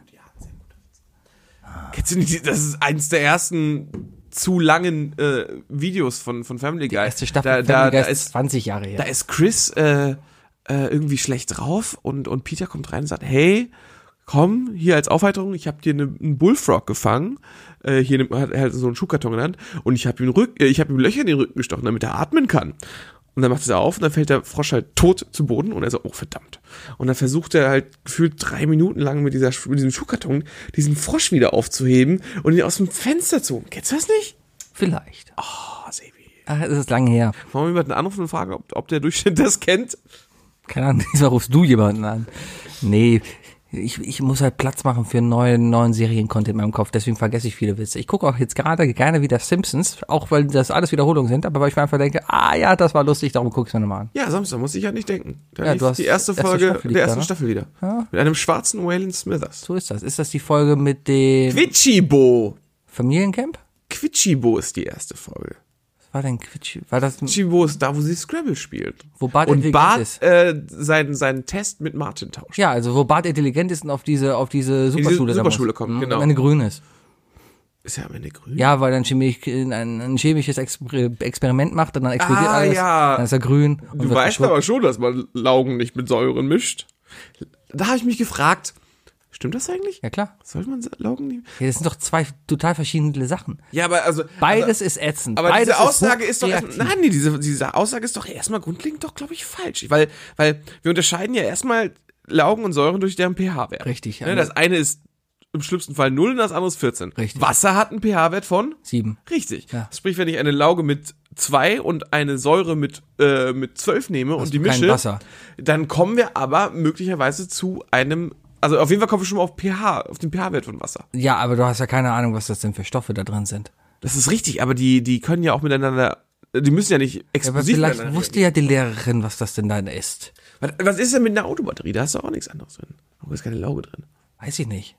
Speaker 3: Kennst du nicht, die- das ist eins der ersten zu langen äh, Videos von, von Family Guy.
Speaker 4: Erste Staffel
Speaker 3: da, da,
Speaker 4: Family Guy
Speaker 3: da, ist,
Speaker 4: 20 Jahre her.
Speaker 3: da ist Chris äh, äh, irgendwie schlecht drauf und, und Peter kommt rein und sagt, hey, komm, hier als Aufheiterung, ich habe dir ne, einen Bullfrog gefangen. Äh, hier nimmt- hat er halt so einen Schuhkarton genannt und ich habe ihm, Rück- äh, ich hab ihm Löcher in den Rücken gestochen, damit er atmen kann. Und dann macht er auf und dann fällt der Frosch halt tot zu Boden und er so, oh verdammt. Und dann versucht er halt gefühlt drei Minuten lang mit, dieser, mit diesem Schuhkarton diesen Frosch wieder aufzuheben und ihn aus dem Fenster zu holen. Kennst du das nicht?
Speaker 4: Vielleicht.
Speaker 3: Oh, Sebi.
Speaker 4: Ach, es ist lange her.
Speaker 3: Wollen wir jemanden anrufen und fragen, ob, ob der Durchschnitt das kennt?
Speaker 4: Keine Ahnung, <laughs> diesmal rufst du jemanden an. Nee, ich, ich muss halt Platz machen für neuen, neuen Serien-Content in meinem Kopf, deswegen vergesse ich viele Witze. Ich gucke auch jetzt gerade gerne wieder Simpsons, auch weil das alles Wiederholungen sind, aber weil ich mir einfach denke, ah ja, das war lustig, darum gucke ich es mir nochmal an.
Speaker 3: Ja, Samstag muss ich ja nicht denken. Da
Speaker 4: Ja,
Speaker 3: lief
Speaker 4: du hast
Speaker 3: die erste
Speaker 4: erste
Speaker 3: Folge
Speaker 4: Staffel lief
Speaker 3: der
Speaker 4: da,
Speaker 3: ersten
Speaker 4: ne?
Speaker 3: Staffel wieder. Mit einem schwarzen Waylon Smithers.
Speaker 4: So ist das. Ist das die Folge mit dem
Speaker 3: Quitschibo.
Speaker 4: Familiencamp?
Speaker 3: Quitschibo ist die erste Folge.
Speaker 4: Was war denn Quitsch? War das
Speaker 3: Quitschibo ist da, wo sie Scrabble spielt.
Speaker 4: Wo Bart
Speaker 3: Und
Speaker 4: intelligent
Speaker 3: Bart
Speaker 4: ist.
Speaker 3: äh, seinen, seinen Test mit Martin tauscht.
Speaker 4: ja, also wo Bart intelligent ist und auf diese auf diese Superschule, da muss.
Speaker 3: Superschule kommt,
Speaker 4: Mhm,
Speaker 3: genau.
Speaker 4: Und eine grün ist.
Speaker 3: Ist ja am Ende grün.
Speaker 4: Ja, weil er ein, chemisch, ein, ein chemisches Exper- Experiment macht und dann explodiert
Speaker 3: Ah,
Speaker 4: alles.
Speaker 3: ja.
Speaker 4: Dann ist er grün. und
Speaker 3: Du
Speaker 4: wird
Speaker 3: weißt
Speaker 4: geschwupp.
Speaker 3: aber schon, dass man Laugen nicht mit Säuren mischt. Da habe ich mich gefragt, stimmt das eigentlich?
Speaker 4: Ja klar.
Speaker 3: Sollte man Laugen nicht...
Speaker 4: Ja, das sind doch zwei total verschiedene Sachen.
Speaker 3: Ja, aber also...
Speaker 4: Beides ist ätzend.
Speaker 3: Aber
Speaker 4: Beides
Speaker 3: diese Aussage ist, doch
Speaker 4: hochreaktiv.
Speaker 3: erstmal, nein, nee, diese, diese Aussage ist doch erstmal grundlegend doch, glaube ich, falsch. Weil, weil wir unterscheiden ja erstmal Laugen und Säuren durch deren pH-Wert.
Speaker 4: Richtig. also
Speaker 3: Ne, das eine ist im schlimmsten Fall 0 und das andere ist 14.
Speaker 4: Richtig.
Speaker 3: Wasser hat einen pH-Wert von?
Speaker 4: Sieben.
Speaker 3: Richtig.
Speaker 4: Ja.
Speaker 3: Sprich, wenn ich eine Lauge mit 2 und eine Säure mit, äh, mit 12 nehme und die
Speaker 4: du kein
Speaker 3: mische,
Speaker 4: Wasser.
Speaker 3: dann kommen wir aber möglicherweise zu einem, also auf jeden Fall kommen wir schon mal auf pH, auf den pH-Wert von Wasser.
Speaker 4: Ja, aber du hast ja keine Ahnung, was das denn für Stoffe da drin sind.
Speaker 3: Das ist richtig, aber die, die können ja auch miteinander, die müssen ja nicht
Speaker 4: Ja, aber
Speaker 3: explosiv
Speaker 4: vielleicht
Speaker 3: miteinander
Speaker 4: wusste ja die Lehrerin, was das denn dann ist.
Speaker 3: Was, was ist denn mit einer Autobatterie? Da hast du auch nichts anderes drin. Da ist keine Lauge drin.
Speaker 4: Weiß ich nicht.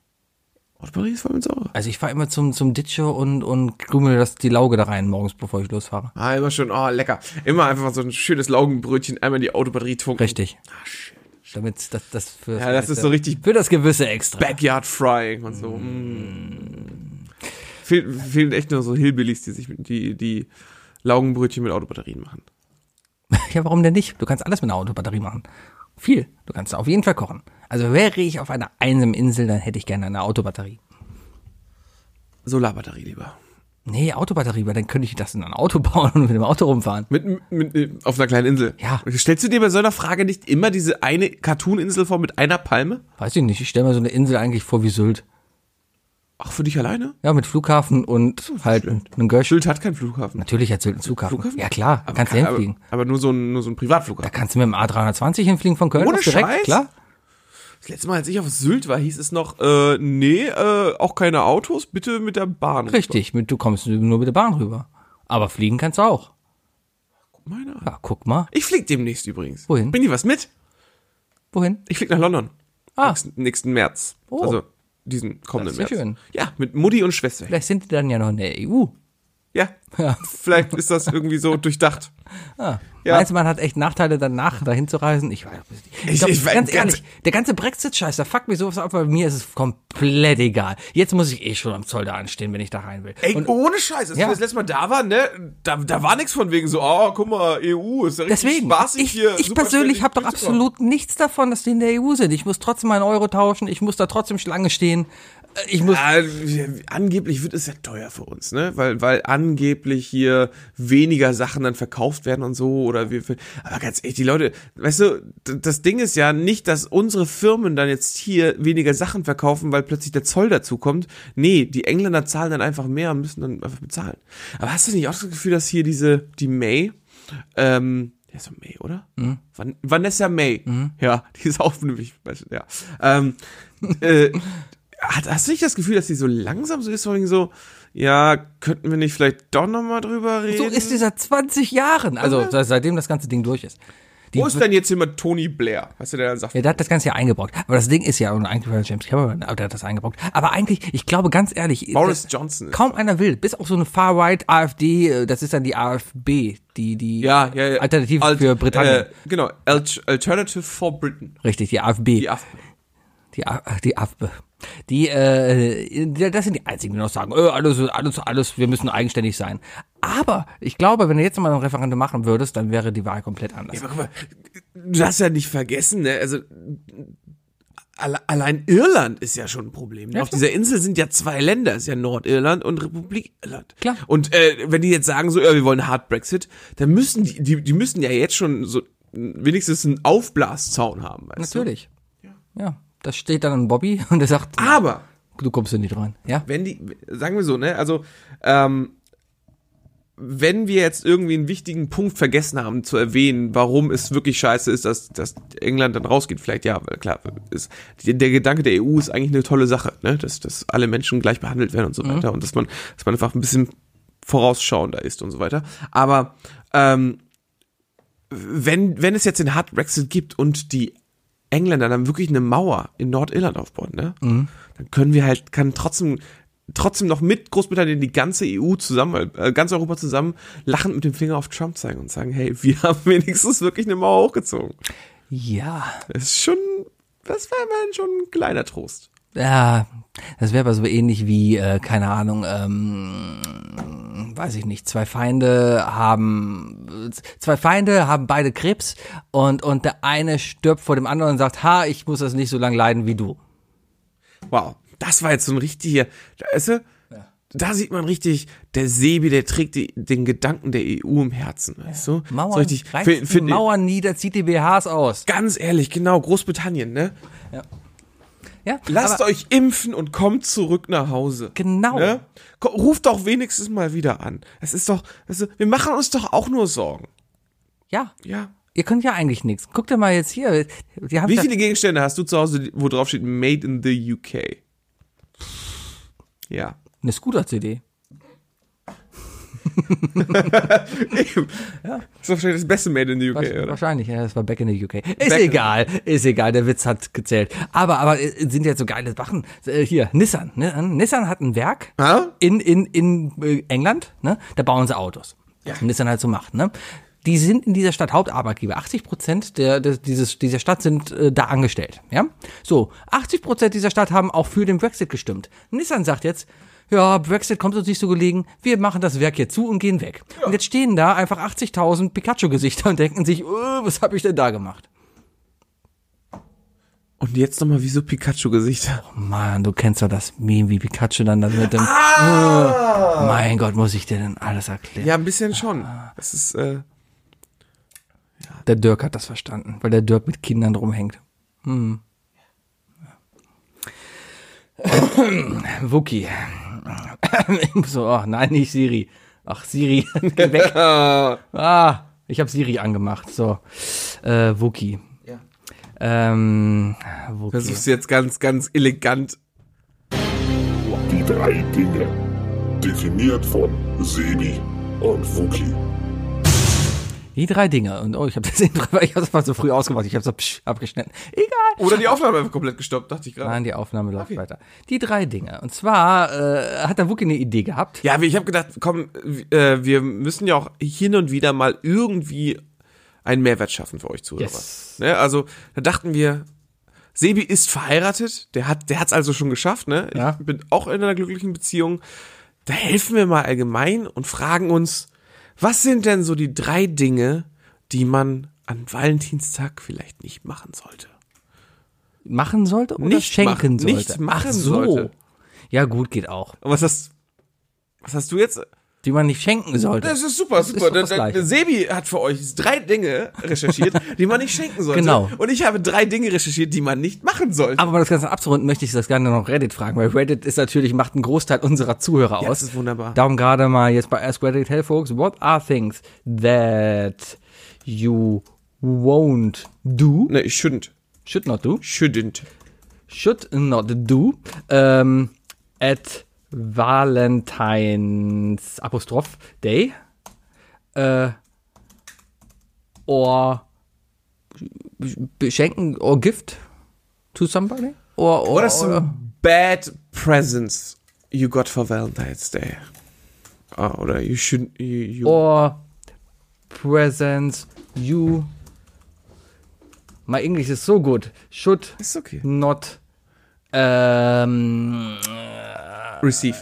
Speaker 3: Autobatterie ist voll mit Säure.
Speaker 4: Also ich fahre immer zum, zum Ditcher und, und krümel das die Lauge da rein morgens, bevor ich losfahre.
Speaker 3: Ah, immer schön, oh, lecker. Immer einfach mal so ein schönes Laugenbrötchen, einmal in die Autobatterie tunken.
Speaker 4: Richtig. Ah, schön. Damit das, das für
Speaker 3: Ja, das ist so richtig
Speaker 4: für das Gewisse extra.
Speaker 3: Backyard Frying und so. Mm. Fehl, fehlen echt nur so Hillbillies, die sich mit, die, die Laugenbrötchen mit Autobatterien machen.
Speaker 4: <laughs> Ja, warum denn nicht? Du kannst alles mit einer Autobatterie machen. Viel. Du kannst auf jeden Fall kochen. Also wäre ich auf einer einsamen Insel, dann hätte ich gerne eine Autobatterie.
Speaker 3: Solarbatterie lieber.
Speaker 4: Nee, Autobatterie, weil dann könnte ich das in ein Auto <laughs> bauen und mit dem Auto rumfahren.
Speaker 3: Mit, mit, auf einer kleinen Insel.
Speaker 4: Ja.
Speaker 3: Stellst du dir bei so einer Frage nicht immer diese eine Cartoon-Insel vor mit einer Palme?
Speaker 4: Weiß ich nicht, ich stelle mir so eine Insel eigentlich vor wie Sylt.
Speaker 3: Ach, für dich alleine?
Speaker 4: Ja, mit Flughafen und halt einem Gösch.
Speaker 3: Sylt hat keinen Flughafen.
Speaker 4: Natürlich hat Sylt einen Flughafen.
Speaker 3: Flughafen?
Speaker 4: Ja klar,
Speaker 3: Aber
Speaker 4: kannst du
Speaker 3: kein-
Speaker 4: hinfliegen.
Speaker 3: Aber, aber nur so ein, nur so ein
Speaker 4: Da
Speaker 3: Privatflughafen.
Speaker 4: kannst du mit dem A320 hinfliegen von Köln.
Speaker 3: Ohne
Speaker 4: aus direkt,
Speaker 3: Scheiß?
Speaker 4: klar.
Speaker 3: Das letzte Mal, als ich auf Sylt war, hieß es noch, äh, nee, äh, auch keine Autos, bitte mit der Bahn.
Speaker 4: Richtig, mit, du kommst nur mit der Bahn rüber. Aber fliegen kannst du auch.
Speaker 3: Meine Art.
Speaker 4: Ja, guck mal.
Speaker 3: Ich flieg demnächst übrigens.
Speaker 4: Wohin?
Speaker 3: Bring dir was mit?
Speaker 4: Wohin?
Speaker 3: Ich flieg nach London.
Speaker 4: Ah.
Speaker 3: Nächsten, nächsten März.
Speaker 4: Oh.
Speaker 3: Also diesen kommenden
Speaker 4: Das ist ja
Speaker 3: März.
Speaker 4: schön.
Speaker 3: Ja, mit Mutti und Schwester.
Speaker 4: Vielleicht sind die dann ja noch in der E EU.
Speaker 3: Ja.
Speaker 4: Ja.
Speaker 3: Vielleicht ist das
Speaker 4: <laughs>
Speaker 3: irgendwie so durchdacht.
Speaker 4: Ah.
Speaker 3: Ja.
Speaker 4: Meinst du, man hat echt Nachteile danach, dahin zu reisen? Ich weiß es nicht.
Speaker 3: Ich- ich weiß-
Speaker 4: ganz
Speaker 3: ganz-
Speaker 4: ehrlich, der ganze Brexit-Scheiß, da fuckt mir sowas ab, weil mir ist es komplett egal. Jetzt muss ich eh schon am Zoll da anstehen, wenn ich da rein will.
Speaker 3: Ey, oh,
Speaker 4: Und
Speaker 3: ohne Scheiß, als
Speaker 4: Ja.
Speaker 3: wir das letzte Mal da waren, ne, da, da war nichts von wegen so, oh, guck mal, EU, ist ja richtig
Speaker 4: deswegen,
Speaker 3: spaßig
Speaker 4: ich,
Speaker 3: hier.
Speaker 4: ich
Speaker 3: super
Speaker 4: persönlich
Speaker 3: schnell
Speaker 4: habe doch
Speaker 3: durchzukommen.
Speaker 4: absolut nichts davon, dass die in der EU sind. Ich muss trotzdem meinen Euro tauschen, ich muss da trotzdem Schlange stehen. Äh, Ich muss
Speaker 3: Ah, wir- angeblich wird es ja teuer für uns, ne? Weil, weil angeblich hier weniger Sachen dann verkauft werden und so oder wir. Aber ganz ehrlich, die Leute, weißt du, d- das Ding ist ja nicht, dass unsere Firmen dann jetzt hier weniger Sachen verkaufen, weil plötzlich der Zoll dazukommt. Nee, die Engländer zahlen dann einfach mehr und müssen dann einfach bezahlen. Aber hast du nicht auch das Gefühl, dass hier diese, die May, ähm, der ist doch May, oder? Van Vanessa May. Ja, die ist auch nämlich, ja. Ähm, äh, hat, hast du nicht das Gefühl, dass die so langsam so ist, von wegen so, ja, könnten wir nicht vielleicht doch nochmal drüber reden?
Speaker 4: So ist die seit 20 Jahren. Also se- seitdem das ganze Ding durch ist. Die,
Speaker 3: Wo ist denn jetzt jemand Tony Blair? Weißt du, der dann sagt,
Speaker 4: ja, der hat das Ganze ja eingebrockt. Aber das Ding ist ja, und eigentlich war James Cameron, aber der hat das eingebrockt. Aber eigentlich, ich glaube ganz ehrlich,
Speaker 3: Boris
Speaker 4: das-
Speaker 3: Johnson ist
Speaker 4: kaum einer will, bis auf so eine Far-Right AfD, äh, das ist dann die AfB, die, die
Speaker 3: ja, ja, ja.
Speaker 4: Alternative
Speaker 3: Alt-
Speaker 4: für Britannien.
Speaker 3: Äh, genau, Alt Alternative for Britain.
Speaker 4: Richtig, die AfB.
Speaker 3: Die AfD.
Speaker 4: Die, A- die AfB. Die, äh, die- das sind die einzigen, die noch sagen, äh, alles, alles, alles, wir müssen eigenständig sein. Aber ich glaube, wenn du jetzt mal ein Referendum machen würdest, dann wäre die Wahl komplett anders.
Speaker 3: Aber guck mal, du hast ja nicht vergessen, ne? Also alle- allein Irland ist ja schon ein Problem. Ne? Auf dieser Insel sind ja zwei Länder, ist ja Nordirland und Republik Irland.
Speaker 4: Klar.
Speaker 3: Und äh, wenn die jetzt sagen so, ja, wir wollen einen Hard Brexit, dann müssen die, die, die müssen ja jetzt schon so wenigstens einen Aufblaszaun haben. Weißt
Speaker 4: Natürlich. Ja. das steht dann an Bobby <laughs> und er sagt,
Speaker 3: Du? Aber
Speaker 4: du kommst hier nicht rein. Ja?
Speaker 3: wenn die, sagen wir so, ne, also, ähm, wenn wir jetzt irgendwie einen wichtigen Punkt vergessen haben zu erwähnen, warum es wirklich scheiße ist, dass, dass England dann rausgeht, vielleicht ja, weil klar, ist, die- der Gedanke der EU ist eigentlich eine tolle Sache, ne, dass, dass alle Menschen gleich behandelt werden und so weiter und dass man, dass man einfach ein bisschen vorausschauender ist und so weiter. Aber ähm, wenn, wenn es jetzt den Hard Brexit gibt und die Engländer dann wirklich eine Mauer in Nordirland aufbauen, ne? Dann können wir halt, kann trotzdem, trotzdem noch mit Großbritannien die ganze EU zusammen, äh, ganz Europa zusammen lachend mit dem Finger auf Trump zeigen und sagen, hey, wir <laughs> haben wenigstens wirklich eine Mauer hochgezogen.
Speaker 4: Ja.
Speaker 3: Das ist schon, das wäre immerhin schon ein kleiner Trost.
Speaker 4: Ja, das wäre aber so ähnlich wie, äh, keine Ahnung, ähm, weiß ich nicht, zwei Feinde haben, zwei Feinde haben beide Krebs und, und der eine stirbt vor dem anderen und sagt, ha, ich muss das nicht so lange leiden wie du.
Speaker 3: Wow. Das war jetzt so ein richtiger, weißt du, da sieht man richtig, der Sebi, der trägt die, den Gedanken der EU im Herzen, weißt du?
Speaker 4: Mauern,
Speaker 3: so richtig,
Speaker 4: reißt
Speaker 3: für, für,
Speaker 4: die Mauern nieder, zieht die BHs aus.
Speaker 3: Ganz ehrlich, genau, Großbritannien, ne?
Speaker 4: Ja,
Speaker 3: Lasst
Speaker 4: aber
Speaker 3: euch impfen und kommt zurück nach Hause.
Speaker 4: Genau.
Speaker 3: Ne? Ko- Ruft doch wenigstens mal wieder an. Es ist doch, also, wir machen uns doch auch nur Sorgen.
Speaker 4: Ja,
Speaker 3: Ja.
Speaker 4: ihr könnt ja eigentlich nichts. Guckt ihr mal jetzt hier. Die haben
Speaker 3: Wie
Speaker 4: ja-
Speaker 3: viele Gegenstände hast du zu Hause, die- wo drauf steht Made in the UK?
Speaker 4: <laughs>
Speaker 3: Ja.
Speaker 4: Eine Scooter-CD.
Speaker 3: Eben. Das ist wahrscheinlich das beste Made in the UK,
Speaker 4: Was-
Speaker 3: oder?
Speaker 4: Wahrscheinlich, ja, das war Back in the UK. Ist
Speaker 3: in-
Speaker 4: egal, ist egal, der Witz hat gezählt. Aber, aber äh, sind jetzt so geile Sachen. Äh, Hier, Nissan, ne? Nissan hat ein Werk
Speaker 3: Ha?
Speaker 4: in, in, in äh, England, ne? Da bauen sie Autos.
Speaker 3: Ja.
Speaker 4: Was Nissan halt so macht, ne? Die sind in dieser Stadt Hauptarbeitgeber. 80 Prozent der, des, dieses, dieser Stadt sind äh, da angestellt, ja? So, 80 Prozent dieser Stadt haben auch für den Brexit gestimmt. Nissan sagt jetzt, ja, Brexit kommt uns nicht so gelegen, wir machen das Werk hier zu und gehen weg. Und jetzt stehen da einfach 80.000 Pikachu-Gesichter und denken sich, äh, was habe ich denn da gemacht?
Speaker 3: Und jetzt nochmal, wieso Pikachu-Gesichter?
Speaker 4: Mann, du kennst doch das Meme, wie Pikachu dann, dann mit dem, äh, mein Gott, muss ich dir denn alles erklären?
Speaker 3: Ja, ein bisschen schon. Das ist, äh,
Speaker 4: Der Dirk hat das verstanden, weil der Dirk mit Kindern rumhängt. Hm. Wookie. Ich muss so, ach nein, nicht Siri. Ach, Siri, <laughs> geh weg. Ah, ich habe Siri angemacht. So, äh, Wookie. Ja. Ähm, Wookie.
Speaker 3: versuchst du jetzt ganz, ganz elegant.
Speaker 5: Die drei Dinge. Definiert von Sebi und Wookie.
Speaker 4: Die drei Dinge. Und oh, ich habe das <laughs> Intro, weil ich habe das mal so früh ausgemacht. Ich habe es abgeschnitten. Egal.
Speaker 3: Oder die Aufnahme einfach komplett gestoppt, dachte ich gerade.
Speaker 4: Nein, die Aufnahme läuft weiter. Die drei Dinge. Und zwar äh, hat der Wookie eine Idee gehabt.
Speaker 3: Ja, ich habe gedacht, komm, äh, wir müssen ja auch hin und wieder mal irgendwie einen Mehrwert schaffen für euch Zuhörer.
Speaker 4: Yes.
Speaker 3: Ne? Also, da dachten wir, Sebi ist verheiratet, der hat der hat's also schon geschafft, ne?
Speaker 4: Ja.
Speaker 3: Ich bin auch in einer glücklichen Beziehung. Da helfen wir mal allgemein und fragen uns, was sind denn so die drei Dinge, die man an Valentinstag vielleicht nicht machen sollte?
Speaker 4: Machen sollte oder
Speaker 3: Nicht
Speaker 4: schenken
Speaker 3: machen-
Speaker 4: sollte?
Speaker 3: nicht machen
Speaker 4: Ach so.
Speaker 3: sollte.
Speaker 4: Ja, gut, geht auch.
Speaker 3: Und was hast, was hast du jetzt?
Speaker 4: Die man nicht schenken sollte.
Speaker 3: Das ist super,
Speaker 4: ist
Speaker 3: super.
Speaker 4: doch das
Speaker 3: Der- der-
Speaker 4: Gleiche.
Speaker 3: Sebi hat für euch drei Dinge
Speaker 4: <laughs>
Speaker 3: recherchiert, die man nicht schenken sollte.
Speaker 4: Genau.
Speaker 3: Und ich habe drei Dinge recherchiert, die man nicht machen sollte.
Speaker 4: aber um das Ganze abzurunden, möchte ich das gerne noch Reddit fragen, weil Reddit ist natürlich, macht einen Großteil unserer Zuhörer
Speaker 3: Ja,
Speaker 4: aus.
Speaker 3: das ist wunderbar.
Speaker 4: Darum gerade mal jetzt bei Ask Reddit, hey folks, what are things that you won't do,
Speaker 3: ne, ich shouldn't.
Speaker 4: should not do,
Speaker 3: Shouldn't.
Speaker 4: should not do, ähm, at Valentine's Apostroph Day, äh, or beschenken or gift to somebody, or, or,
Speaker 3: What are some bad presents you got for Valentine's Day? Ah, oder you shouldn't. You, you.
Speaker 4: or presents you. My English is so good. Should
Speaker 3: Ist okay.
Speaker 4: not. Ähm,
Speaker 3: Receive.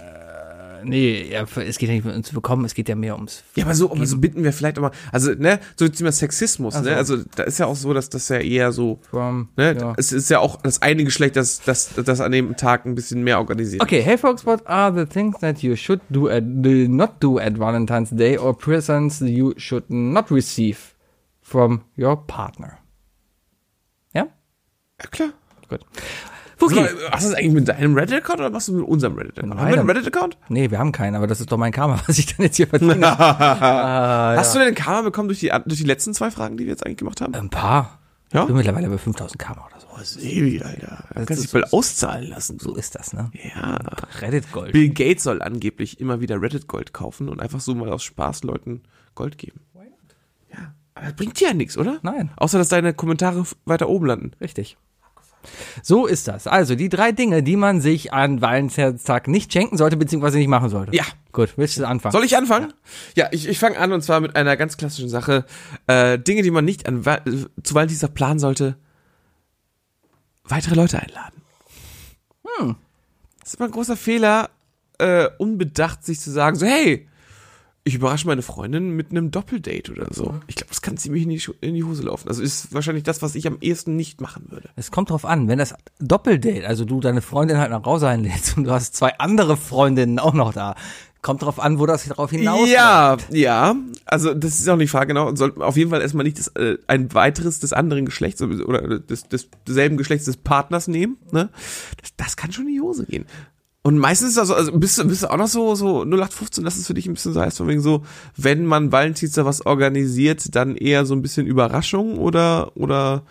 Speaker 4: nee, ja, es geht ja nicht ums Bekommen, es geht ja mehr ums.
Speaker 3: Ja, aber so, aber so bitten wir vielleicht auch mal. Also, ne, so zum Thema Sexismus, ne? Also, da ist ja auch so, dass das ja eher so.
Speaker 4: From,
Speaker 3: Ne?
Speaker 4: ja.
Speaker 3: Es ist ja auch das eine Geschlecht, das, das, das an dem Tag ein bisschen mehr organisiert.
Speaker 4: Okay, hey folks, what are the things that you should do at do not do at Valentine's Day or presents you should not receive from your partner? Ja?
Speaker 3: Ja, klar.
Speaker 4: Gut. Fuki.
Speaker 3: Sag mal, Hast du das eigentlich mit deinem Reddit-Account oder machst du mit unserem Reddit-Account? Haben wir einen
Speaker 4: meinem.
Speaker 3: Reddit-Account?
Speaker 4: Nee, wir haben keinen, aber das ist doch mein Karma, <laughs> was ich dann jetzt hier verdiene. Ah,
Speaker 3: Hast du denn Karma bekommen durch die, durch die letzten zwei Fragen, die wir jetzt eigentlich gemacht haben?
Speaker 4: Ein paar.
Speaker 3: Ja?
Speaker 4: Ich bin mittlerweile bei 5000 Karma oder so.
Speaker 3: Sebi, Alter. Das kannst du dich
Speaker 4: ist
Speaker 3: bald auszahlen lassen.
Speaker 4: So ist das, ne?
Speaker 3: Ja.
Speaker 4: Reddit Gold.
Speaker 3: Bill Gates soll angeblich immer wieder Reddit-Gold kaufen und einfach so mal aus Spaß Leuten Gold geben. Ja. Aber das bringt dir ja nichts, oder?
Speaker 4: Nein.
Speaker 3: Außer, dass deine Kommentare f- weiter oben landen.
Speaker 4: Richtig. So ist das. Also die drei Dinge, die man sich an Valentinstag nicht schenken sollte, beziehungsweise nicht machen sollte.
Speaker 3: Ja.
Speaker 4: Gut, willst du anfangen?
Speaker 3: Soll ich anfangen? Ja, ich, ich fange an und zwar mit einer ganz klassischen Sache. Äh, Dinge, die man nicht an, Wa- äh, zu Valentinstag planen sollte, weitere Leute einladen. Hm. Das ist immer ein großer Fehler, äh, unbedacht sich zu sagen, so, hey, ich überrasche meine Freundin mit einem Doppeldate oder so. Ich glaube, das kann ziemlich in die, Schu- in die Hose laufen. Also ist wahrscheinlich das, was ich am ehesten nicht machen würde.
Speaker 4: es kommt drauf an, wenn das <laughs> Doppeldate, also du deine Freundin halt nach Hause einlädst und du hast zwei andere Freundinnen auch noch da, Kommt drauf an, wo das drauf hinaus
Speaker 3: Ja, ja. Also das ist auch nicht fahrgenau. Und soll auf jeden Fall erstmal nicht das, äh, ein weiteres des anderen Geschlechts oder oder des, des selben Geschlechts des Partners nehmen. Ne? Das, das kann schon in die Hose gehen. Und meistens ist das so, also bist du, bist du auch noch so, so 0815, dass es für dich ein bisschen so heißt, von wegen so, wenn man Valentinstag was organisiert, dann eher so ein bisschen Überraschung oder, oder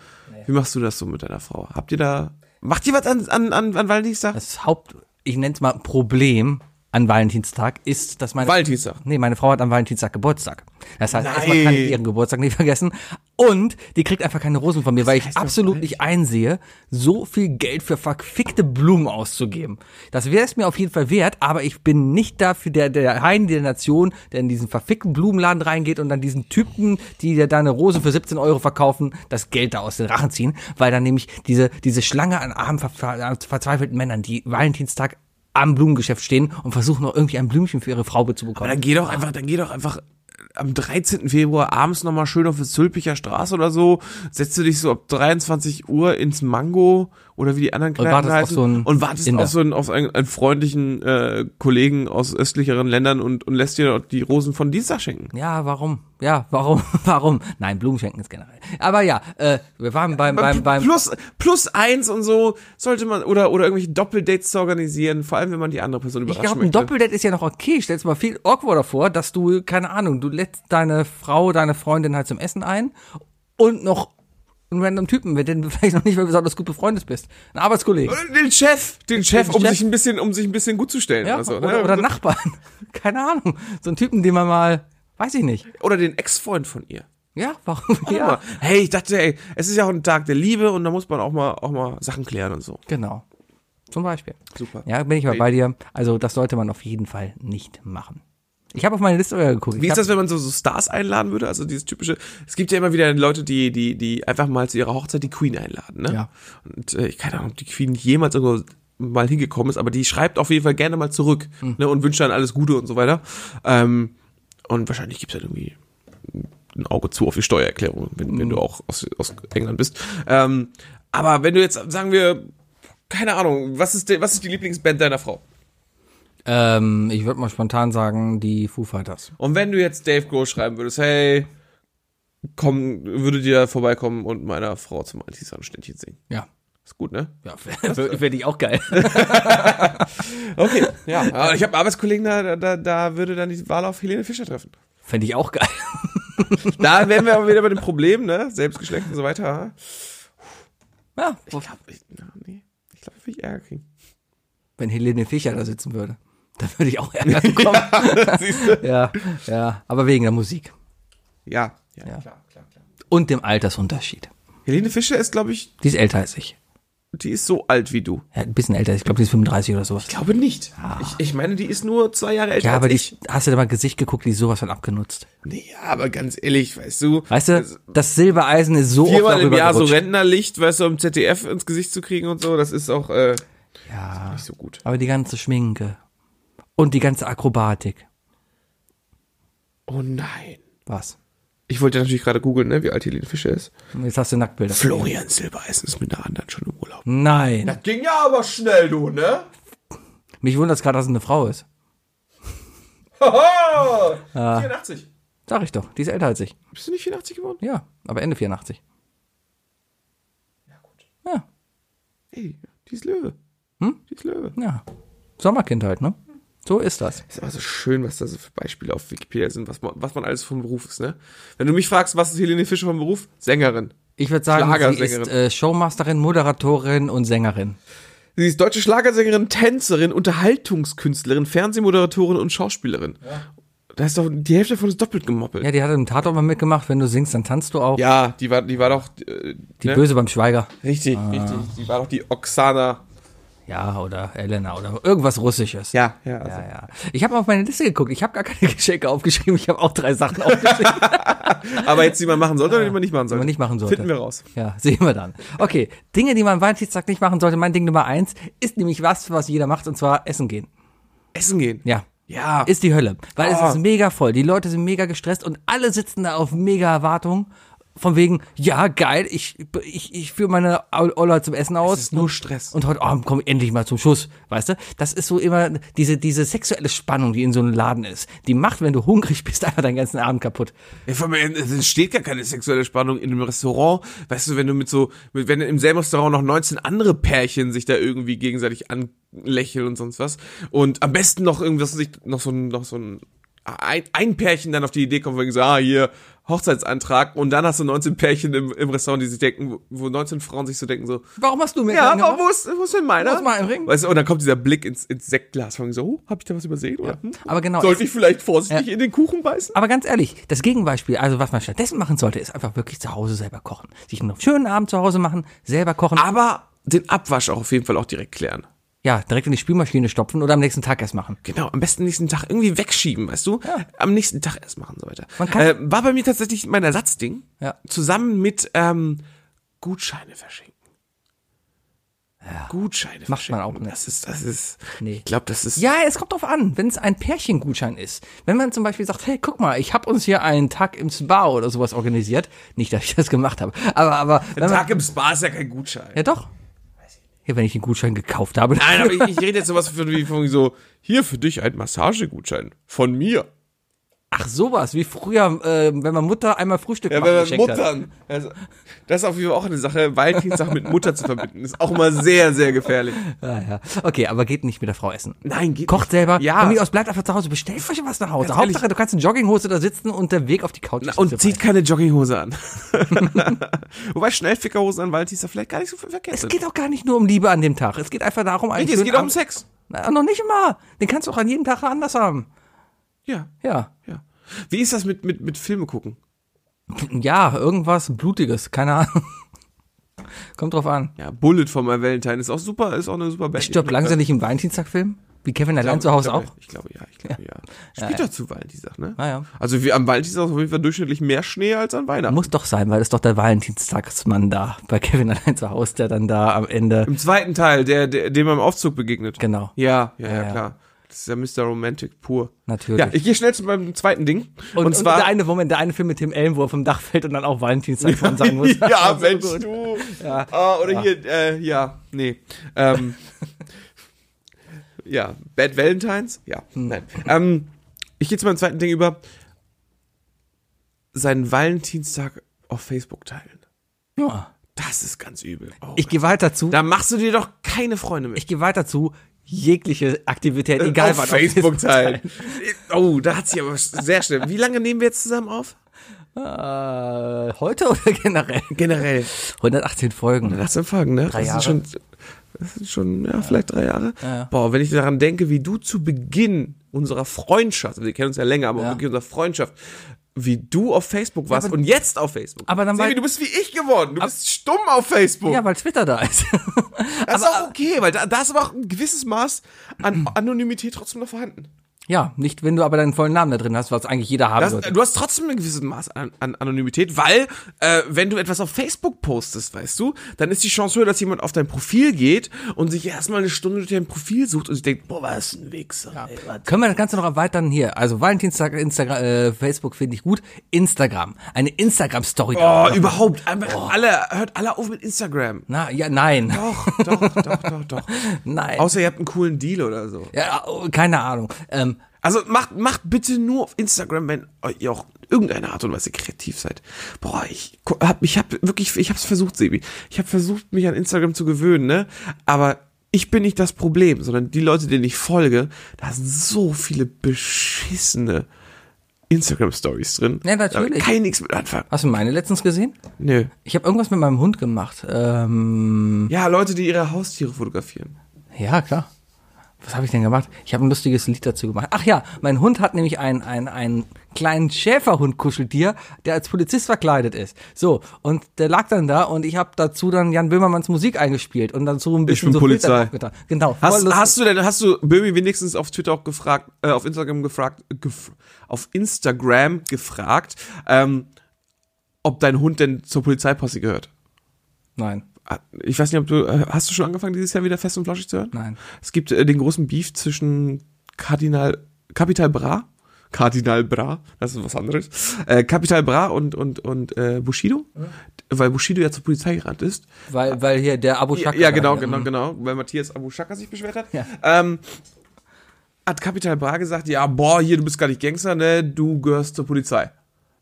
Speaker 3: wie machst du das so mit deiner Frau? Habt ihr da, macht ihr was an, an, an, an Valentinstag?
Speaker 4: Das Haupt, ich nenne es mal Problem an Valentinstag ist, dass meine
Speaker 3: Valentinstag.
Speaker 4: Nee, meine Frau hat am Valentinstag Geburtstag. Das heißt, erstmal kann ich ihren Geburtstag nicht <laughs> vergessen und die kriegt einfach keine Rosen von mir, weil ich absolut nicht einsehe, so viel Geld für verfickte Blumen auszugeben. Das wäre es mir auf jeden Fall wert, aber ich bin nicht dafür der der Hein der Nation, der in diesen verfickten Blumenladen reingeht und dann diesen Typen, die dir da eine Rose für 17 Euro verkaufen, das Geld da aus den Rachen ziehen, weil dann nämlich diese diese Schlange an armen ver ver verzweifelten Männern, die Valentinstag am Blumengeschäft stehen und versuchen noch irgendwie ein Blümchen für ihre Frau zu
Speaker 3: Aber dann
Speaker 4: bekommen.
Speaker 3: geh doch einfach, dann geh doch einfach äh, am 13. Februar abends nochmal schön auf die Zülpicher Straße oder so, setzt du dich so ab 23 Uhr ins Mango oder wie die anderen Kneipen
Speaker 4: wartest auf
Speaker 3: heißen
Speaker 4: so einen
Speaker 3: und wartest
Speaker 4: Inder.
Speaker 3: auf so einen, auf einen, einen freundlichen äh, Kollegen aus östlicheren Ländern und, und lässt dir die Rosen von Dienstag schenken.
Speaker 4: Ja, warum? Ja, warum? <laughs> Warum? Nein, Blumen schenken ist generell. Aber ja, äh, wir waren beim, beim, beim,
Speaker 3: plus, plus eins und so sollte man, oder, oder irgendwelche Doppeldates zu organisieren, vor allem wenn man die andere Person
Speaker 4: ich
Speaker 3: überraschen
Speaker 4: glaube, ein
Speaker 3: möchte.
Speaker 4: Doppeldate ist ja noch okay. Stell's mal viel awkwarder vor, dass du, keine Ahnung, du lädst deine Frau, deine Freundin halt zum Essen ein und noch einen random Typen, mit dem du <laughs> vielleicht noch nicht mal besonders gut befreundet bist. Ein
Speaker 3: <laughs>
Speaker 4: Arbeitskollege.
Speaker 3: den Chef, den Chef, um
Speaker 4: Chef.
Speaker 3: sich ein bisschen, um sich ein bisschen gut zu stellen
Speaker 4: Ja,
Speaker 3: oder so.
Speaker 4: oder,
Speaker 3: ne?
Speaker 4: oder Nachbarn. <laughs> Keine Ahnung. So einen Typen, den man mal, weiß ich nicht.
Speaker 3: oder den Ex-Freund von ihr.
Speaker 4: Ja, warum? Ja,
Speaker 3: Ja. Hey, ich dachte, ey, es ist ja auch ein Tag der Liebe und da muss man auch mal, auch mal Sachen klären und so.
Speaker 4: genau. Zum Beispiel.
Speaker 3: Super.
Speaker 4: Ja, bin ich mal bei dir. Also das sollte man auf jeden Fall nicht machen. Ich habe auf meine Liste sogar geguckt.
Speaker 3: Wie
Speaker 4: ich
Speaker 3: ist das,
Speaker 4: hab,
Speaker 3: wenn man so, so Stars einladen würde? Also dieses typische, es gibt ja immer wieder Leute, die, die, die einfach mal zu ihrer Hochzeit die Queen einladen, ne?
Speaker 4: Ja.
Speaker 3: Und äh, ich keine Ahnung, ob die Queen jemals irgendwo mal hingekommen ist, aber die schreibt auf jeden Fall gerne mal zurück,
Speaker 4: Hm.
Speaker 3: ne? Und wünscht dann alles Gute und so weiter. Ähm, und wahrscheinlich gibt's dann irgendwie ein Auge zu auf die Steuererklärung, wenn,
Speaker 4: Hm.
Speaker 3: wenn du auch aus, aus England bist. Ähm, aber wenn du jetzt, sagen wir, keine Ahnung, was ist, der- was ist die Lieblingsband deiner Frau?
Speaker 4: ähm, ich würde mal spontan sagen, die Foo Fighters.
Speaker 3: Und wenn du jetzt Dave Grohl schreiben würdest, hey, komm, würdet ihr vorbeikommen und meiner Frau zum Antisandständchen singen.
Speaker 4: Ja.
Speaker 3: Ist gut, ne? <laughs>
Speaker 4: Ja, finde ich auch <laughs> geil.
Speaker 3: Okay, ja. Aber ich habe einen Arbeitskollegen, da, da- da, da würde dann die Wahl auf Helene Fischer treffen.
Speaker 4: Fände ich auch geil.
Speaker 3: Da wären wir aber wieder bei dem Problem, ne? Selbstgeschlecht und so weiter.
Speaker 4: Ja,
Speaker 3: Ich glaube, ich, na, nee. ich, glaub, ich will Ärger kriegen.
Speaker 4: wenn Helene Fischer da sitzen würde, dann würde
Speaker 3: <laughs>
Speaker 4: ich auch Ärger bekommen.
Speaker 3: <laughs> Siehst du?
Speaker 4: ja, ja, aber wegen der Musik
Speaker 3: Ja,
Speaker 4: Ja.
Speaker 3: ja, klar, klar, klar.
Speaker 4: und dem Altersunterschied.
Speaker 3: Helene Fischer ist, glaube ich,
Speaker 4: Die ist älter als ich.
Speaker 3: die ist so alt wie du.
Speaker 4: Ja, ein bisschen älter. Ich glaube, die ist 35 oder sowas.
Speaker 3: Ich glaube nicht. Ich, ich meine, die ist nur zwei Jahre älter
Speaker 4: Ah. Ja, aber
Speaker 3: als
Speaker 4: die,
Speaker 3: ich.
Speaker 4: hast du da mal Gesicht geguckt, die ist sowas von abgenutzt.
Speaker 3: Nee, aber ganz ehrlich, weißt du.
Speaker 4: Weißt du, das Silbereisen ist so oft
Speaker 3: Also, viermal im
Speaker 4: darüber
Speaker 3: Jahr so
Speaker 4: gerutscht.
Speaker 3: Rentnerlicht, weißt du, um ZDF ins Gesicht zu kriegen und so, das ist auch äh,
Speaker 4: Ja.
Speaker 3: nicht so gut.
Speaker 4: Aber die ganze Schminke und die ganze Akrobatik.
Speaker 3: Oh nein.
Speaker 4: Was?
Speaker 3: Ich wollte natürlich gerade googeln, ne, wie alt Helene Fischer ist.
Speaker 4: Jetzt hast du Nacktbilder.
Speaker 3: Florian Silbereisen ist mit einer anderen schon im Urlaub.
Speaker 4: Nein.
Speaker 3: Das ging ja aber schnell, du, ne?
Speaker 4: Mich wundert es gerade, dass es eine Frau ist.
Speaker 3: Haha!
Speaker 4: Ah.
Speaker 3: 84.
Speaker 4: Sag ich doch. Die ist älter als ich.
Speaker 3: Bist du nicht 84 geworden?
Speaker 4: Ja, aber Ende 84. Ja,
Speaker 3: Ey, die ist Löwe.
Speaker 4: Hm?
Speaker 3: Die ist Löwe.
Speaker 4: ja. Sommerkind halt, ne? So ist das.
Speaker 3: Ist aber so schön, was da so für Beispiele auf Wikipedia sind, was man, was man alles vom Beruf ist, ne? Wenn du mich fragst, was ist Helene Fischer vom Beruf? Sängerin.
Speaker 4: Ich würde sagen, sie
Speaker 3: Schlagersängerin.
Speaker 4: ist äh, Showmasterin, Moderatorin und Sängerin.
Speaker 3: Sie ist deutsche Schlagersängerin, Tänzerin, Unterhaltungskünstlerin, Fernsehmoderatorin und Schauspielerin. Da ist doch die Hälfte davon ist doppelt gemoppelt.
Speaker 4: Ja,
Speaker 3: Ja,
Speaker 4: die hat im Tatort mal mitgemacht. Wenn du singst, dann tanzt du auch.
Speaker 3: die war, die war doch äh,
Speaker 4: die
Speaker 3: ne?
Speaker 4: Böse beim Schweiger.
Speaker 3: Richtig, richtig. Die war doch die Oksana.
Speaker 4: Ja, oder Elena oder irgendwas Russisches.
Speaker 3: Ja, ja. Also.
Speaker 4: Ja, ja. Ich habe auf meine Liste geguckt. Ich habe gar keine <laughs> Geschenke aufgeschrieben. Ich habe auch drei Sachen aufgeschrieben,
Speaker 3: Aber jetzt, die man machen sollte oder die man nicht machen
Speaker 4: die
Speaker 3: sollte?
Speaker 4: man nicht machen sollte.
Speaker 3: Finden wir raus.
Speaker 4: Ja, sehen wir dann. Okay, Dinge, die man am Valentinstag nicht machen sollte. Mein Ding Nummer eins ist nämlich was, was jeder macht, und zwar essen gehen.
Speaker 3: Essen gehen.
Speaker 4: Ja.
Speaker 3: Ja.
Speaker 4: Ist die Hölle. Weil es
Speaker 3: Ah.
Speaker 4: ist mega voll. Die Leute sind mega gestresst und alle sitzen da auf mega Erwartungen von wegen, ja, geil, ich, ich, ich führe meine Olla zum Essen aus.
Speaker 3: Es ist nur Stress.
Speaker 4: Und heute Abend komm ich endlich mal zum Schuss, weißt du? Das ist so immer diese, diese sexuelle Spannung, die in so einem Laden ist. Die macht, wenn du hungrig bist, <laughs> einfach deinen ganzen Abend kaputt.
Speaker 3: Ja, vor allem, es entsteht gar keine sexuelle Spannung in einem Restaurant. Weißt du, wenn du mit so, mit, wenn im selben Restaurant noch 19 andere Pärchen sich da irgendwie gegenseitig anlächeln und sonst was. Und am besten noch irgendwas, sich noch so ein, noch so ein, ein, ein Pärchen dann auf die Idee kommt, wegen so, ah, hier, Hochzeitsantrag. Und dann hast du 19 Pärchen im, im Restaurant, die sich denken, wo 19 Frauen sich so denken, so,
Speaker 4: Warum hast du mir
Speaker 3: ja,
Speaker 4: keinen
Speaker 3: aber
Speaker 4: gemacht?
Speaker 3: wo ist, wo ist denn meiner?
Speaker 4: genau. Wo ist mein Ring?
Speaker 3: Weißt du, und dann kommt dieser Blick ins, ins Sektglas, von wegen so, oh, hab ich da was übersehen? Oder? hm?
Speaker 4: aber genau,
Speaker 3: Sollte ich vielleicht vorsichtig
Speaker 4: Ja.
Speaker 3: in den Kuchen beißen?
Speaker 4: Aber ganz ehrlich, das Gegenbeispiel, also was man stattdessen machen sollte, ist einfach wirklich zu Hause selber kochen. Sich einen schönen Abend zu Hause machen, selber kochen.
Speaker 3: Aber den Abwasch auch auf jeden Fall auch direkt klären.
Speaker 4: Ja, direkt in die Spülmaschine stopfen oder am nächsten Tag erst machen.
Speaker 3: Genau, am besten nächsten Tag irgendwie wegschieben, weißt du? Am nächsten Tag erst machen so weiter.
Speaker 4: Man kann-
Speaker 3: äh, war bei mir tatsächlich mein Ersatzding.
Speaker 4: Ja.
Speaker 3: Zusammen mit ähm, Gutscheine verschenken. Gutscheine
Speaker 4: Macht man
Speaker 3: verschenken.
Speaker 4: auch nicht.
Speaker 3: Das ist, das ist.
Speaker 4: Nee.
Speaker 3: Ich glaube, das ist.
Speaker 4: Ja, es kommt drauf an, wenn es ein Pärchengutschein ist. Wenn man zum Beispiel sagt, hey, guck mal, ich habe uns hier einen Tag im Spa oder sowas organisiert. Nicht, dass ich das gemacht habe. Aber, aber. Wenn
Speaker 3: Ein
Speaker 4: man,
Speaker 3: Tag im Spa ist ja kein Gutschein.
Speaker 4: ja, doch. Ja, wenn ich den Gutschein gekauft habe.
Speaker 3: Nein, aber ich, ich rede jetzt sowas von wie von so, hier für dich ein Massagegutschein. Von mir.
Speaker 4: Ach, sowas, wie früher, äh, wenn man Mutter einmal Frühstück
Speaker 3: Ja,
Speaker 4: machen
Speaker 3: wenn man
Speaker 4: geschenkt hat.
Speaker 3: Muttern. Also, das ist auf jeden Fall auch eine Sache, Valentinstag mit Mutter zu verbinden. Ist auch immer sehr, sehr gefährlich.
Speaker 4: Ah, ja. Okay, aber geht nicht mit der Frau essen.
Speaker 3: Nein, geht
Speaker 4: Kocht selber.
Speaker 3: Ja.
Speaker 4: Von mir aus bleibt einfach zu Hause. Bestellt euch was nach Hause.
Speaker 3: Ganz
Speaker 4: Hauptsache,
Speaker 3: ehrlich.
Speaker 4: du kannst in Jogginghose da sitzen und der Weg auf die Couch
Speaker 3: Na,
Speaker 4: ist
Speaker 3: und
Speaker 4: dabei.
Speaker 3: zieht keine Jogginghose an. <laughs> Wobei Schnellfickerhosen an Valentinstag vielleicht gar nicht so viel verkehrt
Speaker 4: Es
Speaker 3: sind.
Speaker 4: geht auch gar nicht nur um Liebe an dem Tag. Es geht einfach darum, einen
Speaker 3: Nee, es
Speaker 4: schönen
Speaker 3: geht auch um
Speaker 4: Abend-
Speaker 3: Sex.
Speaker 4: Na, noch nicht immer. Den kannst du auch an jedem Tag anders haben.
Speaker 3: Ja,
Speaker 4: Ja.
Speaker 3: ja. Wie ist das mit, mit, mit Filme gucken?
Speaker 4: Ja, irgendwas Blutiges. Keine Ahnung. <laughs> Kommt drauf an.
Speaker 3: Ja, Bullet von My Valentine ist auch super, ist auch eine super Band.
Speaker 4: Stirbt langsam nicht im Valentinstagfilm? Wie Kevin allein zu Hause
Speaker 3: ich glaube,
Speaker 4: auch?
Speaker 3: Ich glaube, ja, ich glaube, ja. Spielt doch zu Valentinstag, ne?
Speaker 4: Ah, ja.
Speaker 3: Also wir, am Valentinstag ist auf jeden Fall durchschnittlich mehr Schnee als an Weihnachten.
Speaker 4: Muss doch sein, weil das ist doch der Valentinstagsmann da. Bei Kevin <laughs> allein zu Hause, der dann da am Ende.
Speaker 3: Im zweiten Teil, der, der dem man im Aufzug begegnet.
Speaker 4: Genau.
Speaker 3: Ja, ja, ja,
Speaker 4: ja.
Speaker 3: klar. Das ist ja Mr. Romantic pur.
Speaker 4: Natürlich.
Speaker 3: Ja, ich gehe schnell zu meinem zweiten Ding.
Speaker 4: Und, und der eine Moment, der eine Film mit Tim Allen, wo er vom Dach fällt und dann auch Valentinstagmann sein
Speaker 3: <laughs>
Speaker 4: muss.
Speaker 3: ja, Mensch, du. Ah, oder hier, äh, ja, nee.
Speaker 4: <laughs>
Speaker 3: Ähm, ja, Bad Valentines? Ja,
Speaker 4: Hm.
Speaker 3: nein. Ähm, ich gehe zu meinem zweiten Ding über. Seinen Valentinstag auf Facebook teilen.
Speaker 4: Ja.
Speaker 3: Das ist ganz übel. Oh,
Speaker 4: Ich gehe weiter zu.
Speaker 3: da machst du dir doch keine Freunde mit.
Speaker 4: Ich gehe weiter zu. Jegliche Aktivität, egal
Speaker 3: auf
Speaker 4: was.
Speaker 3: Facebook teilen. Oh, da hat sich aber sehr schnell. Wie lange nehmen wir jetzt zusammen auf?
Speaker 4: Äh, heute oder <laughs> generell?
Speaker 3: Generell.
Speaker 4: 118 Folgen.
Speaker 3: Das sind Folgen, ne? das
Speaker 4: Jahre.
Speaker 3: sind schon, das sind schon ja, vielleicht drei Jahre. Boah, wenn ich daran denke, wie du zu Beginn unserer Freundschaft, also wir kennen uns ja länger, aber
Speaker 4: Ja.
Speaker 3: auch Beginn unserer Freundschaft, wie du auf Facebook warst und jetzt auf Facebook.
Speaker 4: aber dann
Speaker 3: Sebi,
Speaker 4: war-
Speaker 3: du bist wie ich geworden. Du bist stumm auf Facebook.
Speaker 4: Ja, weil Twitter da ist.
Speaker 3: <laughs> das ist auch okay, weil da, da ist aber auch ein gewisses Maß an Anonymität trotzdem noch vorhanden.
Speaker 4: äh, ja, nicht wenn du aber deinen vollen Namen da drin hast, was eigentlich jeder haben
Speaker 3: Das,
Speaker 4: sollte.
Speaker 3: du hast trotzdem ein gewisses Maß an, an Anonymität, weil äh, wenn du etwas auf Facebook postest, weißt du, dann ist die Chance höher, dass jemand auf dein Profil geht und sich erstmal eine Stunde durch dein Profil sucht und sich denkt, boah, was ist ein Wichser. ey, was-
Speaker 4: Können wir das Ganze noch erweitern hier? Also Valentinstag, Instagram, äh, Facebook finde ich gut. Instagram. Eine Instagram-Story.
Speaker 3: Boah, überhaupt, einfach alle, hört alle auf mit Instagram.
Speaker 4: Na, ja, nein.
Speaker 3: Doch, doch, doch, doch, doch.
Speaker 4: <laughs> Nein.
Speaker 3: Außer ihr habt einen coolen Deal oder so.
Speaker 4: ja, oh, keine Ahnung. Ähm,
Speaker 3: Also macht, macht bitte nur auf Instagram, wenn ihr auch irgendeine Art und Weise kreativ seid. Boah, ich gu- hab, ich hab wirklich, ich hab's versucht, Sebi. Ich hab versucht, mich an Instagram zu gewöhnen, ne? Aber ich bin nicht das Problem, sondern die Leute, denen ich folge, da sind so viele beschissene Instagram-Stories drin.
Speaker 4: Ja, natürlich.
Speaker 3: Da Kein nichts mit anfangen.
Speaker 4: hast du meine letztens gesehen?
Speaker 3: Nö.
Speaker 4: Ich habe irgendwas mit meinem Hund gemacht. Ähm,
Speaker 3: Ja, Leute, die ihre Haustiere fotografieren.
Speaker 4: Ja, klar. Was habe ich denn gemacht? Ich habe ein lustiges Lied dazu gemacht. Ach ja, mein Hund hat nämlich einen, einen, einen kleinen Schäferhund-Kuscheltier, der als Polizist verkleidet ist. So, und der lag dann da und ich habe dazu dann Jan Böhmermanns Musik eingespielt und dazu ein bisschen
Speaker 3: bin
Speaker 4: so Filter
Speaker 3: Polizei.
Speaker 4: draufgetan. Genau. voll
Speaker 3: Hast,
Speaker 4: lustig.
Speaker 3: hast du denn, hast du Bömi wenigstens auf Twitter auch gefragt, äh, auf Instagram gefragt, gef auf Instagram gefragt, ähm, ob dein Hund denn zur Polizeiposse gehört?
Speaker 4: Nein.
Speaker 3: Ah, Ich weiß nicht, ob du, äh, hast du schon angefangen, dieses Jahr wieder fest und flauschig zu hören?
Speaker 4: Nein.
Speaker 3: Es gibt äh, den großen Beef zwischen Kardinal, Kapital Bra Kardinal Bra, das ist was anderes. Äh, Kapital Bra und, und, und äh, Bushido, weil Bushido ja zur Polizei gerannt ist.
Speaker 4: Weil, weil hier der Abu
Speaker 3: Ja,
Speaker 4: Shaka
Speaker 3: ja, genau,
Speaker 4: da-
Speaker 3: genau, genau, weil Matthias Abu Shaka sich beschwert hat.
Speaker 4: halt, ne? Mhm. Ja.
Speaker 3: Ähm, hat Capital Bra gesagt, ja, boah, hier, du bist gar nicht Gangster, ne, du gehörst zur Polizei.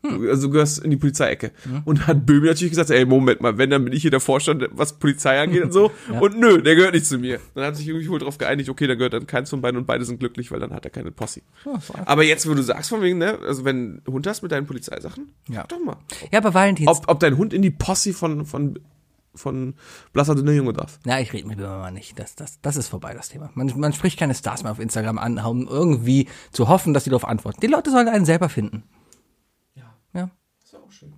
Speaker 4: Hm.
Speaker 3: Du, also du gehörst in die Polizeiecke.
Speaker 4: Mhm.
Speaker 3: Und hat Böhmi natürlich gesagt, ey, Moment mal, wenn, dann bin ich hier der Vorstand, was Polizei angeht
Speaker 4: <laughs>
Speaker 3: und so. Und nö, der gehört nicht zu mir. Dann hat sich irgendwie wohl darauf geeinigt, okay, da gehört dann keins von beiden und beide sind glücklich, weil dann hat er keine Posse.
Speaker 4: Oh,
Speaker 3: Aber jetzt, wo du sagst von wegen, ne, also wenn du Hund hast mit deinen Polizeisachen,
Speaker 4: Ja.
Speaker 3: frag doch mal.
Speaker 4: Ja, aber Valentins.
Speaker 3: Ob, ob dein Hund in die Posse von, von, von Blasser Dünner Junge darf.
Speaker 4: Na, ich rede mit Böhmer mal nicht. Das, das, das ist vorbei, das Thema. Man, man spricht keine Stars mehr auf Instagram an, um irgendwie zu hoffen, dass die darauf antworten. Die Leute sollen einen selber finden. Ja. Ja.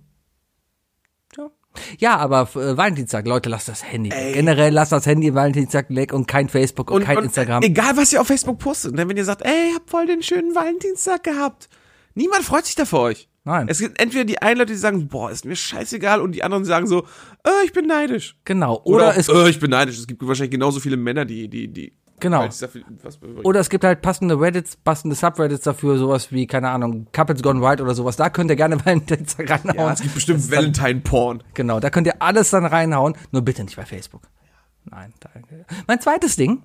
Speaker 4: Ist auch schön. Ja. Ja, aber äh, Valentinstag, Leute, lasst das Handy. weg. Generell lasst das Handy Valentinstag weg und kein Facebook und, kein Instagram.
Speaker 3: Egal, was ihr auf Facebook postet. Ne? Wenn ihr sagt, ey, habt voll den schönen Valentinstag gehabt. Niemand freut sich da für euch.
Speaker 4: Nein.
Speaker 3: Es gibt entweder die einen Leute, die sagen, boah, ist mir scheißegal, und die anderen sagen so, äh, ich bin neidisch.
Speaker 4: genau.
Speaker 3: Oder,
Speaker 4: Oder,
Speaker 3: auch,
Speaker 4: es,
Speaker 3: äh, ich bin neidisch. Es gibt wahrscheinlich genauso viele Männer, die, die, die.
Speaker 4: Genau.
Speaker 3: weil es da viel- was übrig-
Speaker 4: oder es gibt halt passende Reddits, passende Subreddits dafür, sowas wie, keine Ahnung, Couples Gone Wild oder sowas. Da könnt ihr gerne <laughs> Valentinstag reinhauen.
Speaker 3: ja, es gibt
Speaker 4: Das
Speaker 3: bestimmt
Speaker 4: ist dann-
Speaker 3: Valentine-Porn.
Speaker 4: Genau, da könnt ihr alles dann reinhauen, nur bitte nicht bei Facebook. Nein, danke. Mein zweites Ding,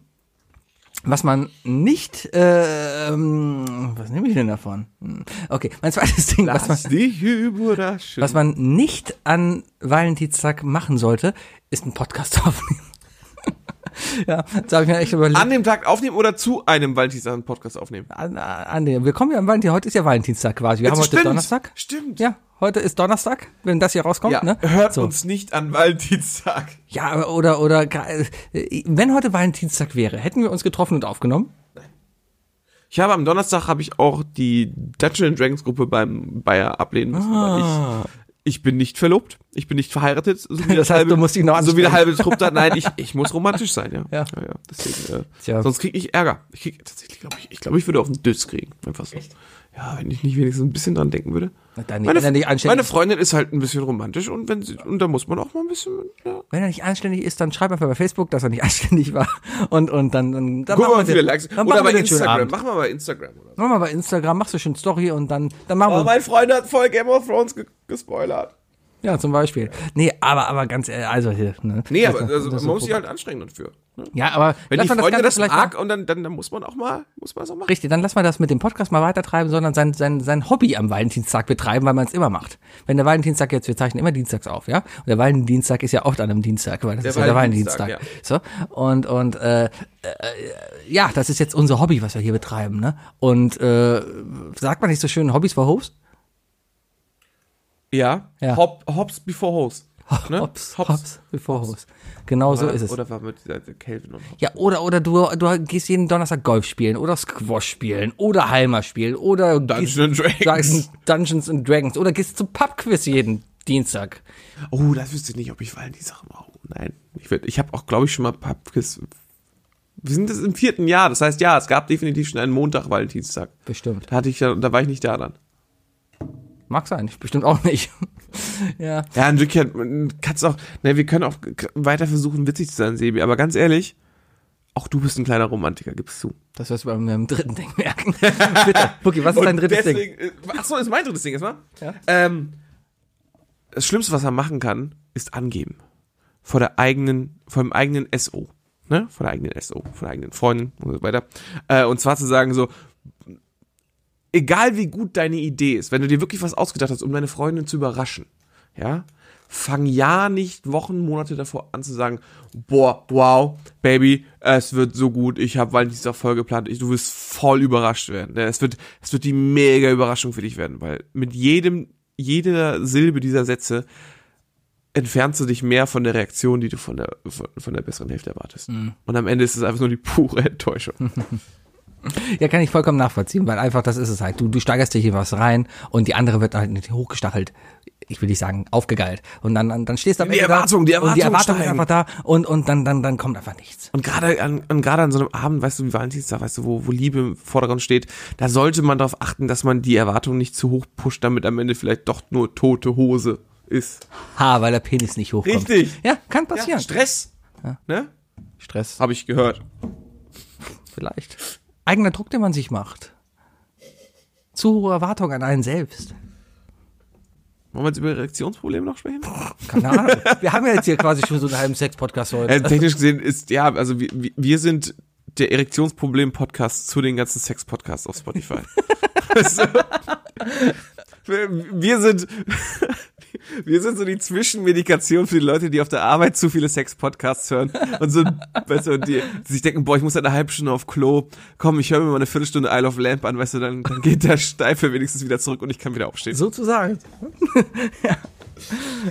Speaker 4: was man nicht, äh, ähm, was nehme ich denn davon? Hm, Okay, mein <laughs> zweites Ding, was man,
Speaker 3: Lass dich überraschen.
Speaker 4: was man nicht an Valentinstag machen sollte, ist einen Podcast <laughs> aufnehmen. ja, das habe ich mir echt überlegt.
Speaker 3: An dem Tag aufnehmen oder zu einem Valentinstag einen Podcast aufnehmen.
Speaker 4: An, an, den- wir kommen ja am Valentin, heute ist ja Valentinstag quasi. Wir haben heute
Speaker 3: Stimmt.
Speaker 4: Donnerstag.
Speaker 3: Stimmt.
Speaker 4: Ja, heute ist Donnerstag, wenn das hier rauskommt,
Speaker 3: Ja,
Speaker 4: ne?
Speaker 3: Hört
Speaker 4: So.
Speaker 3: uns nicht an Valentinstag.
Speaker 4: Ja, aber- oder, oder, äh, wenn heute Valentinstag wäre, hätten wir uns getroffen und aufgenommen?
Speaker 3: Ich habe am Donnerstag habe ich auch die Dungeons Dragons Gruppe beim Bayer ablehnen müssen, weil ich ich bin nicht verlobt, ich bin nicht verheiratet, so
Speaker 4: <laughs>
Speaker 3: wie
Speaker 4: Ah. heißt, du musst dich noch
Speaker 3: so wie der
Speaker 4: anstellen.
Speaker 3: halbe Trupp da. Nein, ich, ich muss romantisch sein, ja.
Speaker 4: <laughs> Ja.
Speaker 3: ja, deswegen, äh,
Speaker 4: Tja.
Speaker 3: sonst kriege ich Ärger. Ich krieg tatsächlich, glaube ich, ich glaube, ich würde auf den Dötz kriegen, einfach so. Ja, wenn ich nicht wenigstens ein bisschen dran denken würde.
Speaker 4: Na, dann nicht,
Speaker 3: meine,
Speaker 4: wenn er nicht anständig
Speaker 3: meine
Speaker 4: ist.
Speaker 3: Freundin ist halt ein bisschen romantisch und wenn sie, und da muss man auch mal ein bisschen. Ja.
Speaker 4: Wenn er nicht anständig ist, dann schreib einfach bei Facebook, dass er nicht <laughs> anständig war. Und, und dann, dann, dann
Speaker 3: Guck
Speaker 4: machen
Speaker 3: mal, wie
Speaker 4: wir
Speaker 3: viele
Speaker 4: den-
Speaker 3: Likes.
Speaker 4: Dann
Speaker 3: Oder
Speaker 4: machen
Speaker 3: bei
Speaker 4: wir den schönen
Speaker 3: Instagram.
Speaker 4: Abend.
Speaker 3: Machen wir bei Instagram oder so.
Speaker 4: Mach mal bei Instagram, machst du schön Story und dann, dann machen
Speaker 3: Oh,
Speaker 4: wir.
Speaker 3: mein Freund hat voll Game of Thrones ge gespoilert.
Speaker 4: Ja, zum Beispiel. Nee, aber, aber ganz, ehrlich, also hier, ne?
Speaker 3: Nee, aber also,
Speaker 4: Das
Speaker 3: man
Speaker 4: ist
Speaker 3: muss sich halt anstrengen dafür. Ne?
Speaker 4: Ja, aber,
Speaker 3: Wenn
Speaker 4: lass
Speaker 3: die
Speaker 4: mal
Speaker 3: Freunde das,
Speaker 4: vielleicht
Speaker 3: mag
Speaker 4: mal,
Speaker 3: und dann, dann, dann muss man auch mal, muss man das auch machen.
Speaker 4: richtig, dann lass mal das mit dem Podcast mal weitertreiben, sondern sein, sein, sein Hobby am Valentinstag betreiben, weil man es immer macht. Wenn der Valentinstag jetzt, wir zeichnen immer dienstags auf, ja? Und der Valentinstag ist ja oft an einem Dienstag, weil das
Speaker 3: Der
Speaker 4: ist ja der
Speaker 3: Valentinstag,
Speaker 4: Valentinstag. So, und, und, äh, ja, das ist jetzt unser Hobby, was wir hier betreiben, ne? Und äh, sagt man nicht so schön Hobbys vor Hobs?
Speaker 3: Ja.
Speaker 4: Ja.
Speaker 3: Hop, hops before hoes. Ne?
Speaker 4: Hops, Hops, bevor Hops. Genau so
Speaker 3: Oder-
Speaker 4: ist es.
Speaker 3: Oder war mit dieser Kelvin und Hops.
Speaker 4: ja, oder oder du, du gehst jeden Donnerstag Golf spielen oder Squash spielen oder Halma spielen oder
Speaker 3: Dungeons
Speaker 4: gehst-
Speaker 3: and Dragons.
Speaker 4: Dungeons and Dragons oder gehst zum Pubquiz jeden Dienstag.
Speaker 3: Oh, das wüsste ich nicht, ob ich Wallen die Sache mache. Oh, nein. Ich, werd- ich habe auch, glaube ich, schon mal Pubquiz. Wir sind jetzt im vierten Jahr. Das heißt, ja, es gab definitiv schon einen Montag, Valentinstag.
Speaker 4: Bestimmt.
Speaker 3: Da hatte ich ja, da war ich nicht da dann.
Speaker 4: Mag sein, ich bestimmt auch nicht. <laughs> ja.
Speaker 3: Ja, in Wirklichkeit kannst auch, ne, wir können auch k- weiter versuchen, witzig zu sein, Sebi, aber ganz ehrlich, auch du bist ein kleiner Romantiker, gibst du.
Speaker 4: Das wirst du bei meinem dritten Ding
Speaker 3: <laughs>
Speaker 4: merken. Bitte, Bucky, was ist dein drittes Ding?
Speaker 3: deswegen, Ding? Ach so, ist mein drittes Ding erstmal. Ähm, das Schlimmste, was man machen kann, ist angeben. Vor der eigenen, vor dem eigenen SO. Ne? Vor der eigenen SO, vor der eigenen Freundin und so weiter. Äh, und zwar zu sagen so, egal wie gut deine Idee ist, wenn du dir wirklich was ausgedacht hast, um deine Freundin zu überraschen, ja, fang ja nicht Wochen, Monate davor an zu sagen, boah, wow, Baby, es wird so gut, ich habe Valentinstag voll geplant, ich, du wirst voll überrascht werden. ne? Es wird, es wird die mega Überraschung für dich werden, weil mit jedem, jeder Silbe dieser Sätze entfernst du dich mehr von der Reaktion, die du von der, von, von der besseren Hälfte erwartest. Und am Ende ist es einfach nur die pure Enttäuschung.
Speaker 4: Ja, kann ich vollkommen nachvollziehen, weil einfach das ist es halt. Du, du steigerst dir hier was rein und die andere wird halt nicht hochgestachelt. Ich will nicht sagen, aufgegeilt. Und dann, dann, dann stehst du am
Speaker 3: Die
Speaker 4: Ende
Speaker 3: Erwartung,
Speaker 4: da,
Speaker 3: die
Speaker 4: und die Erwartung
Speaker 3: Erwartung
Speaker 4: ist
Speaker 3: steigen.
Speaker 4: einfach da und, und dann, dann, dann kommt einfach nichts.
Speaker 3: Und gerade an, an, gerade an so einem Abend, weißt du, wie Valentinstag, weißt du, wo, wo Liebe im Vordergrund steht, da sollte man darauf achten, dass man die Erwartungen nicht zu hoch pusht, damit am Ende vielleicht doch nur tote Hose ist.
Speaker 4: Ha, weil der Penis nicht hochkommt.
Speaker 3: Richtig.
Speaker 4: Ja, kann passieren.
Speaker 3: Stress. Ne?
Speaker 4: Stress
Speaker 3: Habe ich gehört.
Speaker 4: vielleicht. Eigener Druck, den man sich macht. zu hohe Erwartungen an einen selbst.
Speaker 3: Wollen wir jetzt über Erektionsprobleme noch sprechen?
Speaker 4: Keine
Speaker 3: <laughs>
Speaker 4: Ahnung. Wir haben ja jetzt hier quasi schon so einen halben Sex-Podcast heute.
Speaker 3: Äh, technisch gesehen ist, ja, also wir, wir- wir sind der Erektionsproblem-Podcast zu den ganzen Sex-Podcasts auf Spotify. Also, wir wir sind, wir sind so die Zwischenmedikation für die Leute, die auf der Arbeit zu viele Sex-Podcasts hören und so, weißt du, und die, die sich denken, boah, ich muss halt eine halbe Stunde auf Klo. Komm, ich höre mir mal eine Viertelstunde Isle of Lamp an, weißt du, dann, dann geht der Steife wenigstens wieder zurück und ich kann wieder aufstehen.
Speaker 4: Sozusagen.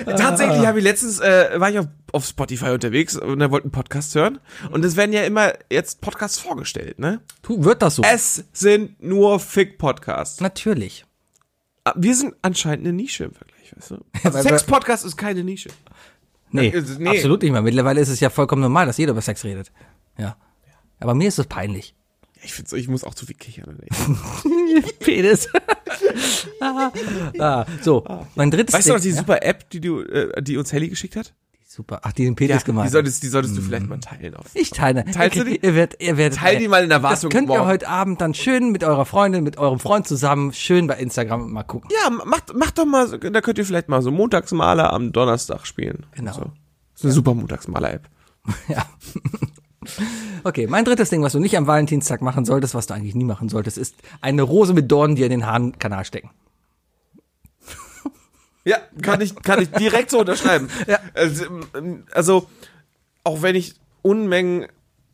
Speaker 3: Tatsächlich habe ich letztens, äh, war ich auf, auf Spotify unterwegs und da wollte einen Podcast hören. Und es werden ja immer jetzt Podcasts vorgestellt, ne?
Speaker 4: Tu, wird das so?
Speaker 3: Es sind nur Fick-Podcasts.
Speaker 4: Natürlich.
Speaker 3: Ah, Wir sind anscheinend eine Nische im Vergleich, weißt du? Also
Speaker 4: weil wir-
Speaker 3: Sex-Podcast ist keine Nische.
Speaker 4: Nee,
Speaker 3: Ja, Äh, es- nee.
Speaker 4: absolut nicht mehr. Mittlerweile ist es ja vollkommen normal, dass jeder über Sex redet. Ja. Aber mir ist es peinlich. <laughs>
Speaker 3: Ich find's, ich muss auch zu viel kichern. Ey.
Speaker 4: Penis. <laughs> ah, ah, so, mein drittes
Speaker 3: Weißt du noch die
Speaker 4: Ding-
Speaker 3: super App, die du, äh, die uns Helly geschickt hat?
Speaker 4: Ja, super. Ach, die den Penis
Speaker 3: die
Speaker 4: gemalt. hat.
Speaker 3: solltest, die solltest du vielleicht mal teilen auf.
Speaker 4: Ich teile.
Speaker 3: Teilst du die?
Speaker 4: Ihr werdet, ihr werdet,
Speaker 3: Teil die mal in Erwartung
Speaker 4: Das könnt ihr
Speaker 3: morgen.
Speaker 4: heute Abend dann schön mit eurer Freundin, mit eurem Freund zusammen schön bei Instagram mal gucken. <laughs>
Speaker 3: Ja, macht, macht doch mal, so- da könnt ihr vielleicht mal so Montagsmaler am Donnerstag spielen.
Speaker 4: Genau.
Speaker 3: So. Das ist eine super Montagsmaler-App.
Speaker 4: Ja. Okay, mein drittes Ding, was du nicht am Valentinstag machen solltest, was du eigentlich nie machen solltest, ist eine Rose mit Dornen, die in den Hahnkanal stecken.
Speaker 3: Ja, kann ich, kann ich direkt so <laughs> unterschreiben.
Speaker 4: Ja.
Speaker 3: Also, ähm, also, auch wenn ich Unmengen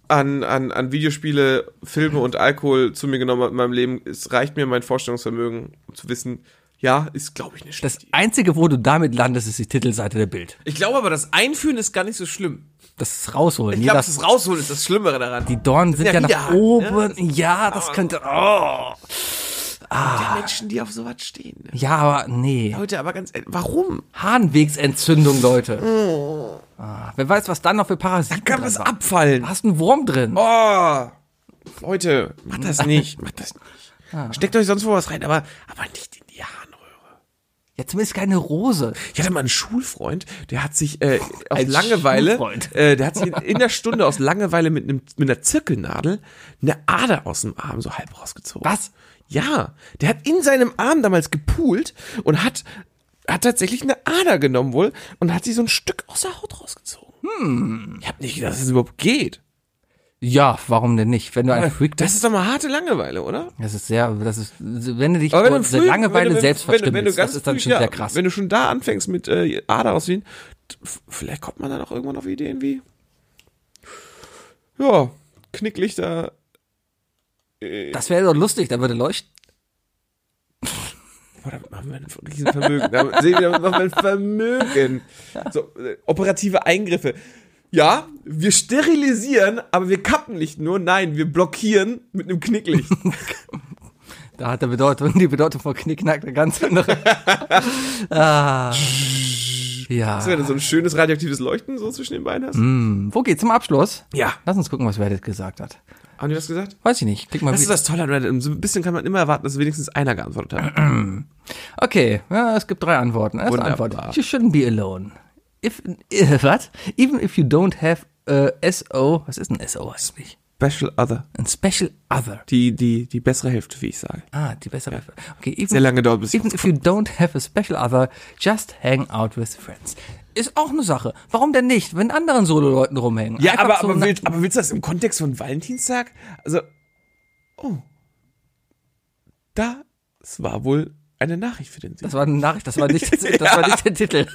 Speaker 3: an, an, an Videospiele, Filme und Alkohol zu mir genommen habe in meinem Leben, es reicht mir mein Vorstellungsvermögen, um zu wissen, ja, ist, glaube ich, eine
Speaker 4: Das
Speaker 3: schlechte Idee.
Speaker 4: Einzige, wo du damit landest, ist die Titelseite der Bild.
Speaker 3: Ich glaube aber, das Einführen ist gar nicht so schlimm.
Speaker 4: Das Rausholen.
Speaker 3: Ich
Speaker 4: Jeder-
Speaker 3: glaube, das Rausholen ist das Schlimmere daran.
Speaker 4: die Dornen sind
Speaker 3: ja
Speaker 4: ja, nach
Speaker 3: Widerhaken, ne?
Speaker 4: oben. Ja, das könnte. Oh.
Speaker 3: Die Ah, Menschen, die auf sowas stehen. ne?
Speaker 4: Ja, aber nee.
Speaker 3: Leute, aber ganz ehrlich, warum?
Speaker 4: Harnwegsentzündung, Leute. Ah, wer weiß, was dann noch für Parasiten
Speaker 3: Oh. Kann
Speaker 4: dran
Speaker 3: das
Speaker 4: waren.
Speaker 3: abfallen?
Speaker 4: Da hast du einen Wurm drin.
Speaker 3: Oh, Leute, macht das nicht, macht das nicht. Steckt euch sonst wo was rein, aber, aber nicht in die Harnröhre.
Speaker 4: Ja, zumindest keine Rose.
Speaker 3: Ich hatte mal einen Schulfreund, der hat
Speaker 4: <laughs>
Speaker 3: sich äh, aus
Speaker 4: Ein
Speaker 3: Langeweile,
Speaker 4: Schulfreund.
Speaker 3: äh, der hat sich in, in der Stunde aus Langeweile mit, einem, mit einer Zirkelnadel eine Ader aus dem Arm so halb rausgezogen.
Speaker 4: Was?
Speaker 3: Ja, der hat in seinem Arm damals gepoolt und hat, hat tatsächlich eine Ader genommen wohl und hat sie so ein Stück aus der Haut rausgezogen. Hm. Ich hab nicht gedacht, dass es überhaupt geht.
Speaker 4: Ja, warum denn nicht? Wenn du ein Freak
Speaker 3: Das
Speaker 4: bist.
Speaker 3: ist doch mal harte Langeweile, oder?
Speaker 4: Das ist sehr, das ist, wenn du dich
Speaker 3: Aber wenn
Speaker 4: vor
Speaker 3: du früh,
Speaker 4: Langeweile
Speaker 3: wenn du,
Speaker 4: selbst
Speaker 3: wenn, du- wenn du
Speaker 4: verstümmelst,
Speaker 3: ganz
Speaker 4: das ist dann
Speaker 3: früh,
Speaker 4: schon
Speaker 3: ja,
Speaker 4: sehr krass.
Speaker 3: Wenn du schon da anfängst mit äh, Ader ausziehen, t- f- vielleicht kommt man dann auch irgendwann auf Ideen wie, ja, Knicklichter.
Speaker 4: das wäre doch lustig, da würde leuchten.
Speaker 3: Boah, damit machen wir ein Riesenvermögen. Damit, sehen wir, damit machen wir ein Vermögen. So, äh, operative Eingriffe. Ja, wir sterilisieren, aber wir kappen nicht nur. Nein, wir blockieren mit einem Knicklicht.
Speaker 4: <laughs> Da hat der Bedeutung, die Bedeutung von Knickknack eine ganz andere.
Speaker 3: <laughs>
Speaker 4: ah, ja.
Speaker 3: Dass du dann so ein schönes radioaktives Leuchten so zwischen den Beinen hast.
Speaker 4: Mhm. Wo geht's zum Abschluss?
Speaker 3: Ja.
Speaker 4: Lass uns gucken, was Reddit gesagt hat.
Speaker 3: Haben die das gesagt?
Speaker 4: Weiß ich nicht. Klick mal
Speaker 3: Das ist
Speaker 4: wieder.
Speaker 3: das Tolle an Reddit. So ein bisschen kann man immer erwarten, dass wenigstens einer geantwortet hat.
Speaker 4: Okay, ja, es gibt drei Antworten. Erste
Speaker 3: Wunderbar.
Speaker 4: Antwort. You shouldn't be alone. If, äh, <laughs> what? Even if you don't have äh, SO, was ist ein SO eigentlich?
Speaker 3: Special Other.
Speaker 4: Ein Special Other.
Speaker 3: Die, die, die bessere Hälfte, wie ich sage.
Speaker 4: Ah, die bessere. Okay, even,
Speaker 3: Sehr lange dauert bis
Speaker 4: Even if you don't have a special other, just hang out with friends. Ist auch eine Sache. Warum denn nicht? Wenn anderen Solo-Leuten rumhängen.
Speaker 3: Ja,
Speaker 4: Einfach
Speaker 3: aber,
Speaker 4: so
Speaker 3: aber,
Speaker 4: na-
Speaker 3: willst, aber willst du das im Kontext von Valentinstag? Also, oh. Das war wohl eine Nachricht für den Sieg.
Speaker 4: Das war eine Nachricht, das war nicht, das war nicht der Titel.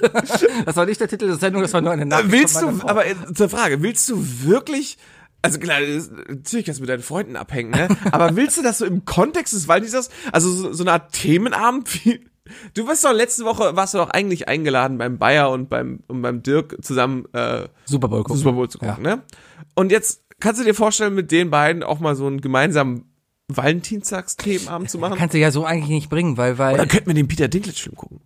Speaker 4: Das war nicht der Titel der Sendung, das war nur eine Nachricht.
Speaker 3: willst
Speaker 4: von
Speaker 3: du,
Speaker 4: meiner Frau.
Speaker 3: aber äh, zur Frage, willst du wirklich, also klar, das- natürlich kannst du mit deinen Freunden
Speaker 4: <laughs>
Speaker 3: abhängen, ne? aber willst du das so im Kontext des Valentinstags, also so, so eine Art Themenabend wie, du warst doch letzte Woche, warst du doch eigentlich eingeladen beim Bayer und beim, und beim Dirk zusammen, äh,
Speaker 4: Super Bowl gucken.
Speaker 3: Super Bowl zu gucken, ne? Und jetzt kannst du dir vorstellen, mit den beiden auch mal so einen gemeinsamen Valentinstags-Themenabend zu machen?
Speaker 4: Kannst du ja so eigentlich nicht bringen, weil, weil,
Speaker 3: Dann könnten wir den Peter Dinklage-Film gucken.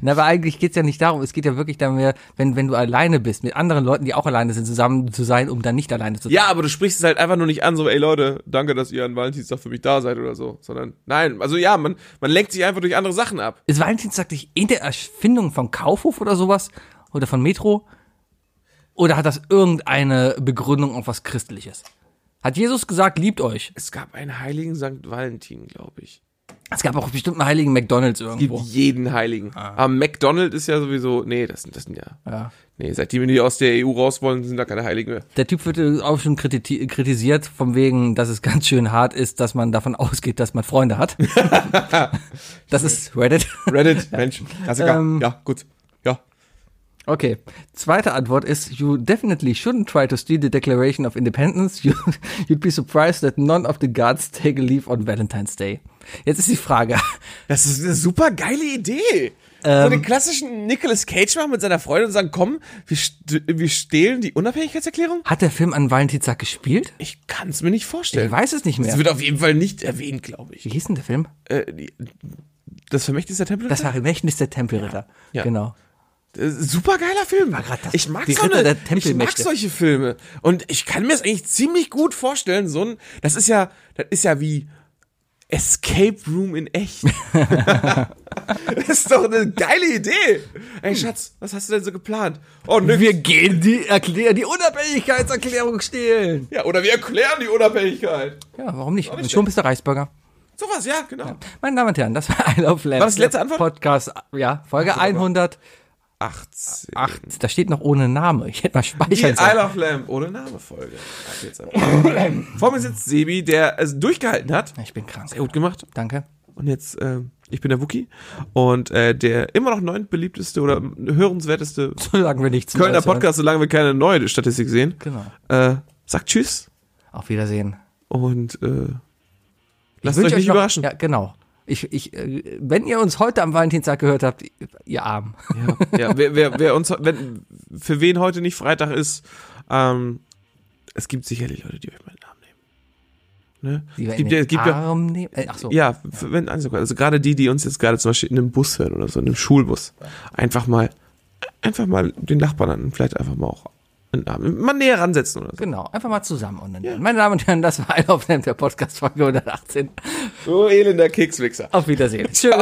Speaker 4: na, aber eigentlich geht's ja nicht darum. Es geht ja wirklich dann mehr, wenn, wenn du alleine bist, mit anderen Leuten, die auch alleine sind, zusammen zu sein, um dann nicht alleine zu sein.
Speaker 3: Ja, aber du sprichst es halt einfach nur nicht an, so, ey Leute, danke, dass ihr an Valentinstag für mich da seid oder so. Sondern, nein, also ja, man, man lenkt sich einfach durch andere Sachen ab.
Speaker 4: Ist Valentinstag nicht in der Erfindung von Kaufhof oder sowas? Oder von Metro? Oder hat das irgendeine Begründung auf was Christliches? Hat Jesus gesagt, liebt euch?
Speaker 3: Es gab einen heiligen St. Valentin, glaube ich.
Speaker 4: Es gab auch bestimmt einen heiligen McDonalds
Speaker 3: Gibt
Speaker 4: irgendwo.
Speaker 3: jeden heiligen. Aber McDonald ist ja sowieso, nee, das, sind- das sind Ah. ja,
Speaker 4: Ja.
Speaker 3: nee, seitdem die aus der EU raus wollen, sind da keine heiligen mehr.
Speaker 4: Der Typ wird äh, auch schon kriti- kritisiert, vom wegen, dass es ganz schön hart ist, dass man davon ausgeht, dass man Freunde
Speaker 3: <laughs>
Speaker 4: hat. das ist Reddit.
Speaker 3: Reddit, Mensch, Klassiker.
Speaker 4: Ähm.
Speaker 3: ja, gut. Ja.
Speaker 4: Okay. Zweite Antwort ist, you definitely shouldn't try to steal the Declaration of Independence. <laughs> You, you'd be surprised that none of the gods take a leave on Valentine's Day. Jetzt ist die Frage. <laughs>
Speaker 3: Das ist eine super geile Idee.
Speaker 4: Ähm.
Speaker 3: so den klassischen Nicolas Cage machen mit seiner Freundin und sagen, komm, wir, st wir stehlen die Unabhängigkeitserklärung?
Speaker 4: Hat der Film an Valentinstag gespielt?
Speaker 3: Ich kann es mir nicht vorstellen.
Speaker 4: Ich weiß es nicht
Speaker 3: Äh, Es
Speaker 4: mehr.
Speaker 3: wird auf jeden Fall nicht erwähnt, glaube ich.
Speaker 4: Wie hieß denn der Film?
Speaker 3: Äh, die- das Vermächtnis der Tempel?
Speaker 4: Das Vermächtnis der Tempelritter.
Speaker 3: Ja.
Speaker 4: Genau.
Speaker 3: Super geiler Äh, Film.
Speaker 4: grad das-
Speaker 3: ich mag,
Speaker 4: die
Speaker 3: so
Speaker 4: Ritter
Speaker 3: eine,
Speaker 4: der
Speaker 3: ich mag
Speaker 4: Tempelmächte.
Speaker 3: solche Filme. Und ich kann mir das eigentlich ziemlich gut vorstellen. So ein, das ist ja, das ist ja wie Escape Room in echt.
Speaker 4: <laughs>
Speaker 3: das ist doch eine geile Idee. Ey, Schatz, was hast du denn so geplant? Oh, nix.
Speaker 4: Wir gehen die, erklär, die Unabhängigkeitserklärung stehlen.
Speaker 3: ja, oder wir erklären die Unabhängigkeit.
Speaker 4: Ja, warum nicht? Und schon bist du Reichsbürger.
Speaker 3: Sowas, ja, genau.
Speaker 4: Meine Damen und Herren, das war I Love Lamp.
Speaker 3: War das die letzte Antwort?
Speaker 4: Podcast, ja, Folge 108.
Speaker 3: 18.
Speaker 4: Da steht noch ohne Name. Ich hätte mal
Speaker 3: Die
Speaker 4: speichern sollen.
Speaker 3: Isle of Lamp ohne Name Folge. Ab jetzt einfach. Vor mir sitzt Sebi, der es durchgehalten hat.
Speaker 4: Ich bin krank.
Speaker 3: Gut gemacht.
Speaker 4: Danke.
Speaker 3: Und jetzt, äh, ich bin der Wookie und äh, der immer noch neuntbeliebteste oder hörenswerteste
Speaker 4: Sagen wir nichts.
Speaker 3: Kölner
Speaker 4: Neues, oder?
Speaker 3: Podcast, solange wir keine neue Statistik sehen,
Speaker 4: Genau.
Speaker 3: äh, sagt Tschüss
Speaker 4: Auf Wiedersehen.
Speaker 3: und äh,
Speaker 4: Ich
Speaker 3: lasst
Speaker 4: wünsche
Speaker 3: euch nicht
Speaker 4: noch-
Speaker 3: überraschen.
Speaker 4: Ja, genau. Ich, ich, äh, wenn ihr uns heute am Valentinstag gehört habt, ihr Arm.
Speaker 3: Ja, ja wer, wer, wer uns, wenn, für wen heute nicht Freitag ist, ähm, es gibt sicherlich Leute, die euch meinen Namen nehmen. Ne?
Speaker 4: <laughs> Die
Speaker 3: Es
Speaker 4: wir
Speaker 3: gibt,
Speaker 4: in den
Speaker 3: ja- es gibt ja,
Speaker 4: Arm nehmen. Äh, Ach so.
Speaker 3: Ja, für- wenn also, also gerade die, die uns jetzt gerade zum Beispiel in einem Bus hören oder so, in einem Schulbus, einfach mal, einfach mal den Nachbarn an, vielleicht einfach mal auch einen Arm, mal näher ransetzen oder so.
Speaker 4: Genau, einfach mal zusammen. Und dann, Meine Damen und Herren, das war I Love Lamp, der Podcast Folge 118.
Speaker 3: So elender Kekswichser.
Speaker 4: Auf Wiedersehen. Tschüss.